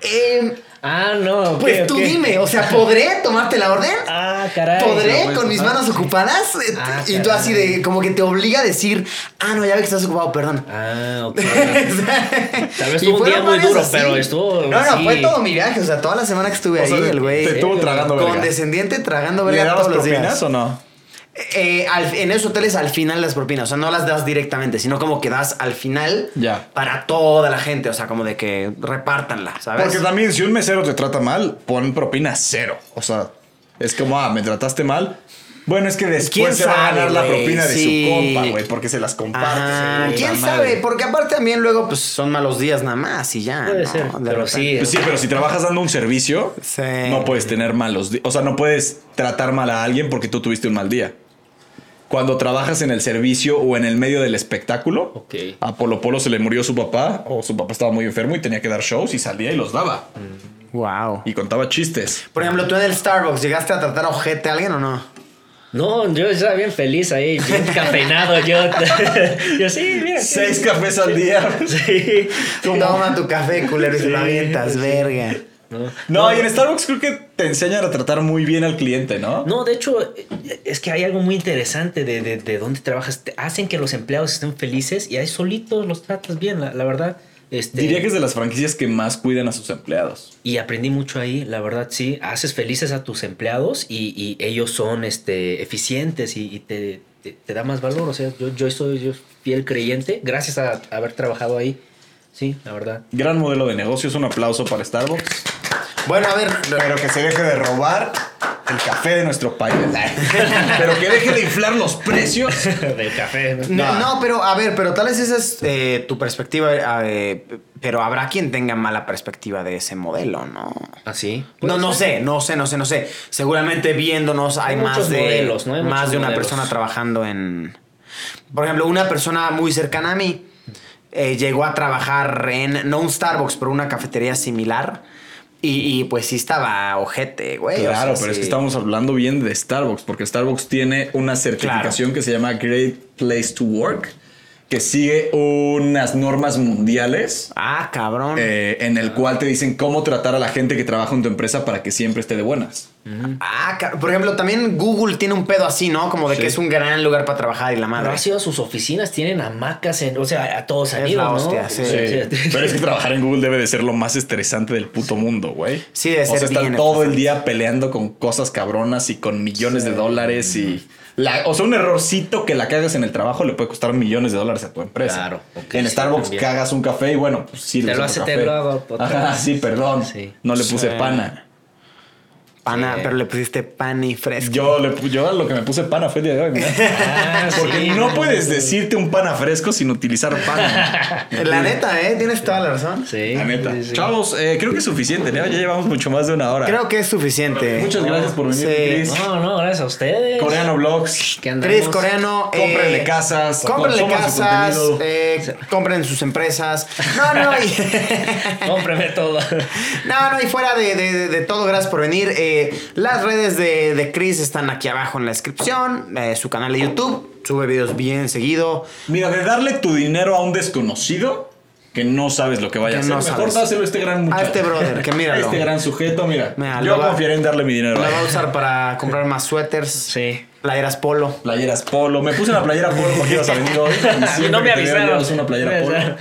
"Em,
Ah, no. ok,
pues tú
ok.
dime, o sea, ¿podré tomarte la orden?
[laughs] Ah, caray.
¿Podré
no, pues,
con mis
ah.
manos ocupadas? Eh,
[laughs] Ah,
y tú
caray.
así de, como que te obliga a decir, ah, no, ya ve que estás ocupado,
[laughs]
perdón.
Ah,
[laughs]
ok.
Tal
Tal vez tuvo un día muy duro, pero estuvo.
No, no,
sí.
fue todo mi viaje, o sea, toda la semana que estuve
O sea,
ahí,
te-
el güey.
te tuvo
eh,
tragando verga.
Condescendiente, tragando
¿Le
verga
dabas
todos los
propinas
días.
o no?
Eh, al- en esos hoteles al final las propinas, o sea, no las das directamente, sino como que das al final
Ya.
para toda la gente, o sea, como de que repártanla, ¿sabes?
Porque también, si un mesero te trata mal, pon propina cero. O sea, es como, ah, me trataste mal. Bueno, es que
¿Quién
después se va a
sabe,
ganar la
güey?
propina de
Sí.
su compa, güey, porque se las comparte.
Ajá,
seguro,
Ah, quién
la madre.
sabe, porque aparte también luego pues son malos días nada más y ya.
Puede
¿no?
ser,
De
pero
repente.
sí. eh.
Pues sí, pero si trabajas dando un servicio,
Sí.
no pues, puedes tener malos días. O sea, no puedes tratar mal a alguien porque tú tuviste un mal día. Cuando trabajas en el servicio o en el medio del espectáculo,
Ok.
a Polo Polo se le murió su papá o su papá estaba muy enfermo y tenía que dar shows y salía y los daba
Wow.
y contaba chistes.
Por ejemplo, tú en el Starbucks llegaste a tratar ojete a alguien o no?
No, yo estaba bien feliz ahí,
[laughs]
bien cafeinado. Yo, [laughs] yo sí, mira.
Seis cafés al día.
Sí.
Toma tu café, culero, y se lo avientas, verga.
No.
No, y en Starbucks creo que te enseñan a tratar muy bien al cliente, ¿no?
No, de hecho, eh, es que hay algo muy interesante de, de, de dónde trabajas. Te hacen que los empleados estén felices y ahí solitos los tratas bien, la, la verdad. Este,
Diría que es de las franquicias que más cuidan a sus empleados.
Y aprendí mucho ahí, la verdad, sí. Haces felices a tus empleados y, y ellos son este, eficientes y, y te, te- te da más valor. O sea, yo, yo soy yo fiel creyente gracias a haber trabajado ahí. Sí, la verdad. [laughs]
Gran modelo de negocios, un aplauso para Starbucks.
Bueno, a ver,
Pero que se deje de robar el café de nuestro país. [laughs] Pero que deje de inflar los precios.
Del café. ¿no?
no,
No.
no, pero a ver, pero tal vez esa es eh, tu perspectiva, eh, pero habrá quien tenga mala perspectiva de ese modelo, ¿no?
Así.
¿Ah, No, no sé, no sé, no sé, no sé. Seguramente viéndonos hay,
Hay
más
muchos
de
modelos, ¿no? Hay
más
muchos
de una
modelos.
persona trabajando en. Por ejemplo, una persona muy cercana a mí eh, llegó a trabajar en no un Starbucks, pero una cafetería similar. Y, y, pues sí estaba ojete, güey. o
Claro,
sea,
pero es
sí.
que estamos hablando bien de Starbucks, porque Starbucks tiene una certificación que se llama Great Place to Work, que sigue unas normas mundiales.
Ah, cabrón.
eh, en el cual te dicen cómo tratar a la gente que trabaja en tu empresa para que siempre esté de buenas.
Ah, ca- por ejemplo, también Google tiene un pedo así, ¿no? Como de que es un gran lugar para trabajar y la
Pero
madre.
ha sido a sus oficinas, tienen hamacas, en, o sea, a todos han
Es
ido,
la
¿no?
hostia, sí.
O sea,
Pero es que trabajar en Google debe de ser lo más estresante del puto mundo, güey.
Sí, debe
O sea,
ser
estar
bien
todo el
estresante.
día peleando con cosas cabronas y con millones de dólares y... la- o sea, un errorcito que la cagas en el trabajo le puede costar millones de dólares a tu empresa.
Claro, ok,
en
sí,
Starbucks
también.
cagas un café y bueno, pues sirves
Te
otro
lo hace, te
café.
lo hago otra
Ajá,
vez.
sí, perdón.
Sí.
No le puse
Sí.
pana.
Pana,
Sí.
pero le pusiste pan y fresco.
Yo, le, pu- yo lo que me puse pana fue el día de hoy, mira.
[laughs] Ah,
Porque
[laughs] sí,
no puedes decirte un pana fresco sin utilizar pana.
[laughs] La neta, ¿eh? Tienes toda la razón.
Sí.
La neta.
sí, sí.
Chavos, eh, creo que es suficiente, ¿no? Ya llevamos mucho más de una hora.
Creo que es suficiente.
Muchas gracias por venir,
Sí.
Chris.
No, no, gracias a ustedes.
Coreano Vlogs.
Que andamos.
Cris Coreano. eh,
Cómprenle casas.
Cómprenle
consuman su
casas.
contenido.
eh, compren sus empresas. No, no, y-
[laughs]
[laughs]
Cómpreme todo.
No, no, y fuera de, de- de- de todo, gracias por venir. Eh, las redes de, de Chris están aquí abajo en la descripción. eh, su canal de YouTube. Sube videos bien seguido.
Mira, de darle tu dinero a un desconocido que no sabes lo que vaya
Que no
a hacer. Mejor
sabes.
dáselo a este gran muchacho.
A este brother, que
A
míralo.
este gran sujeto, mira.
Mira,
yo
lo va-
confiaré en darle mi dinero.
La va a usar para comprar más suéteres.
Sí.
Playeras polo.
Playeras polo. Me puse una playera polo porque ibas a
[laughs]
venir hoy. y siempre
no me
que te veo
avisaron.
llevas una
[laughs]
playera
No me
polo.
avisaron.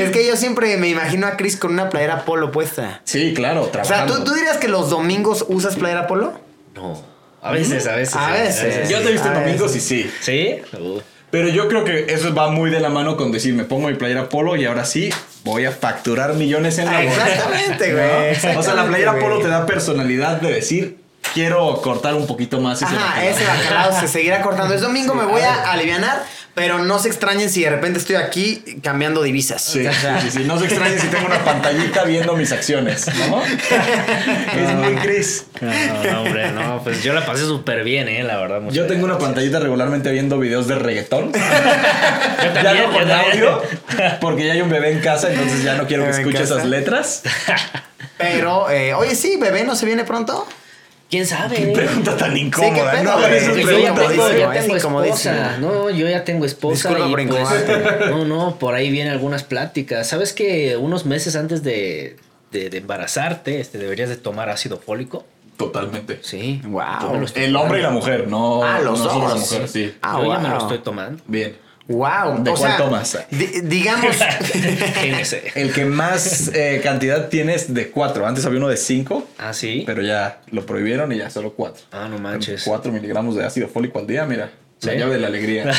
Es que yo siempre me imagino a Chris con una playera polo puesta.
Sí, claro,
O sea,
trabajando.
¿tú, tú dirías que los domingos usas playera polo?
No. A veces, a veces.
A veces.
Yo te he visto en
A ver.
domingos y sí.
¿Sí? Uh.
Pero yo creo que eso va muy de la mano con decir, me pongo mi playera polo y ahora sí voy a facturar millones en la
Ah,
bolsa.
exactamente,
¿No?
güey,
O sea, la
exactamente,
playera
güey.
polo te da personalidad de decir, quiero cortar un poquito más. ese
Ajá,
bacalao".
ese bacalao se seguirá cortando. Es domingo, me voy a alivianar, pero no se extrañen si de repente estoy aquí cambiando divisas.
Sí, sí, sí, sí. No se extrañen si tengo una pantallita viendo mis acciones,
[laughs]
¿no? es muy Cris.
No, no, hombre, no. Pues yo la pasé súper bien, ¿eh? La verdad. muchas
Yo tengo una
gracias.
pantallita regularmente viendo videos
[laughs]
de reggaetón. ya
también,
no con
yo también.
audio, porque ya hay un bebé en casa, entonces ya no quiero que
Bebé en
escuche
casa.
esas letras.
Pero, eh, oye, sí, bebé, ¿no se viene pronto?
¿Quién sabe?
[laughs] Pregunta tan incómoda.
pedo,
no,
güey.
eso es
Sí,
Yo ya
pregunta
tengo,
incomodísimo,
ya
es
tengo
incomodísimo.
esposa. No, yo ya tengo esposa.
Disculpa ¿eh? por
y pues,
incomodarte.
no, no, por ahí vienen algunas pláticas. Sabes que unos meses antes de, de- de embarazarte, este, deberías de tomar ácido fólico.
Totalmente.
Sí.
Wow.
Yo me lo estoy
Ah, El hombre y la
tomando.
mujer, no.
Ah, los
no solo
dos.
la mujer, sí.
Ah,
yo ya me lo
wow.
estoy
[laughs]
tomando.
Bien.
Wow.
¿De
o
cuál
sea,
tomas?
di-
[laughs]
digamos. [laughs]
Génese.
El que más eh, cantidad tienes de cuatro. Antes había uno de cinco,
Ah, sí.
pero ya lo prohibieron y ya solo cuatro.
Ah, no manches.
Cuatro miligramos de ácido fólico al día, mira. La
Sí.
llave de
[laughs]
la alegría.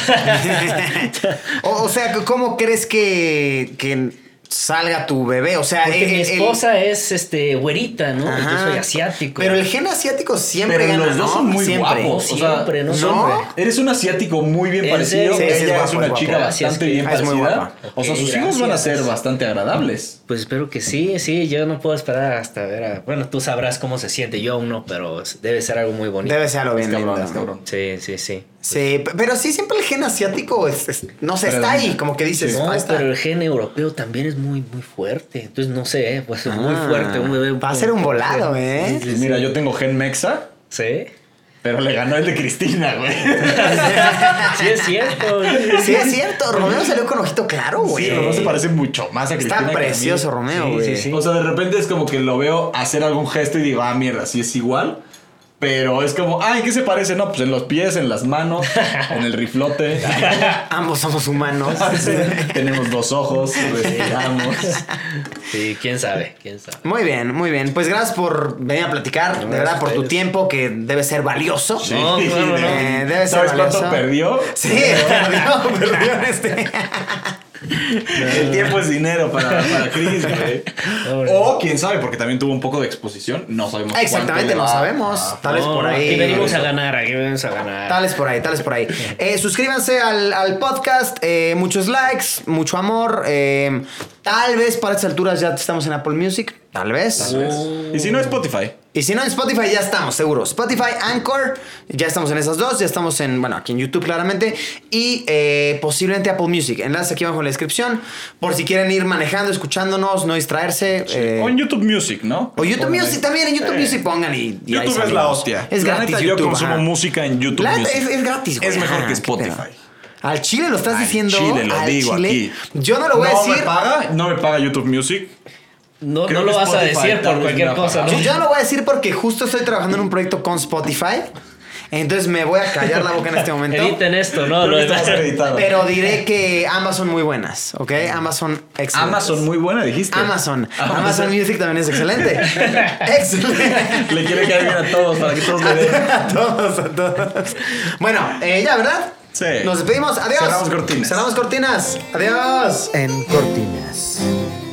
o, o sea, ¿cómo crees que, que salga tu bebé? O sea,
Porque
el-
mi
el-
esposa es este güerita, ¿no?
Ajá.
Yo soy asiático.
Pero el gen asiático siempre
Pero
gana.
los dos
¿no?
son muy
Siempre.
guapos.
No
o sea,
siempre, no
¿no?
siempre.
Eres un asiático muy bien
¿En
parecido.
serio? Sí,
Ella
sí, es
es,
guapo,
una
es guapo.
chica
Gracias,
bastante
que-
bien
Ah, es muy
parecida.
guapa.
O sea,
Ok,
sus hijos van a
gracias.
ser bastante agradables.
Pues espero que sí, sí, yo no puedo esperar hasta ver a... Bueno, tú sabrás cómo se siente, yo aún no, pero debe ser algo muy bonito.
Debe ser algo
Es
bien
cabrón,
lindo.
es cabrón.
Sí, sí, sí.
Sí, p- pero sí, siempre el gen asiático es, es- no sé, está
Predomina.
ahí, como que dices,
No,
"Ah, está".
pero el gen europeo también es muy, muy fuerte. Entonces, no sé, ¿eh? pues es muy
Ah,
fuerte, un bebé...
Va a ser un volado, ¿eh?
Y Pues Mira, yo tengo gen mexa,
[laughs]
Sí.
pero le ganó el de Cristina, güey.
Sí, es cierto.
Sí, es cierto, Romeo salió con ojito claro, güey.
Sí, Romeo se parece mucho más a Cristina.
está
que a mí.
precioso, Romeo,
Sí,
güey.
sí, sí.
O sea, de repente es como que lo veo hacer algún gesto y digo, ah, mierda, sí es igual. Pero es como, ay, ¿qué se parece? No, pues en los pies, en
[laughs]
las manos, en el riflote.
Ambos somos
[laughs]
humanos.
Tenemos dos ojos, respiramos.
Sí, quién sabe, quién sabe.
Muy bien, muy bien. Pues gracias por venir a platicar, de verdad, por tu
ustedes.
tiempo, que debe ser valioso.
No, claro, no.
Eh, debe ser
¿Sabes cuánto
valioso.
perdió?
Sí, [laughs] perdió, perdió en
[laughs]
este.
El tiempo es dinero para, para
[laughs]
Chris, güey.
Pobre.
O quién sabe, porque también tuvo un poco de exposición. No sabemos. cuánto
Exactamente,
le
no
va
sabemos.
a-
tal vez
No,
por
Aquí
ahí.
venimos a ganar, aquí venimos a ganar.
Tal es por ahí, tal es por ahí. Eh, suscríbanse al, al podcast, eh, muchos likes, mucho amor. eh, tal vez para estas alturas ya estamos en Apple Music, tal vez.
Pues, Y si no,
Oh.
Spotify.
Y si no, en Spotify ya estamos, seguro. Spotify, Anchor, ya estamos en esas dos, ya estamos en, bueno, aquí en YouTube claramente, y eh, posiblemente Apple Music. Enlace aquí abajo en la descripción, por si quieren ir manejando, escuchándonos, no distraerse. eh,
O en YouTube Music, ¿no?
o YouTube
Pongan
Music
ahí.
también, en YouTube
Eh.
Music pongan y, y ahí
YouTube es la
salimos.
hostia.
Es
La
gratis
neta,
YouTube,
yo consumo
ajá.
música en YouTube
La neta,
Music.
es, es gratis, güey.
Es mejor
Ajá,
que
qué pedo.
Spotify.
Al Chile lo estás
Al
diciendo.
chile, lo
al
digo
chile.
aquí.
Yo no lo voy a
no
decir.
me paga, no me paga YouTube Music.
No,
Creo
no
que
lo vas a
Spotify
decir
tal
por
vez
cualquier
una
cosa,
palabra.
¿no?
Yo, yo no lo voy a decir porque justo estoy trabajando en un proyecto con Spotify. Entonces me voy a callar la boca en este momento.
[laughs] Editen esto,
Creo
¿no?
que
Lo
esto va a ser editado.
Pero diré que ambas son muy buenas, ¿ok? Ambas son excelentes.
Amazon Ah, pues muy buena, dijiste.
Amazon. Amazon Music también es excelente. excelente. [laughs]
Le quiere quedar bien a todos para que todos le den.
A todos, a todos. Bueno, eh, ya, ¿verdad?
Sí.
Nos despedimos. Adiós.
Cerramos cortinas.
Cerramos cortinas. Adiós.
En cortinas.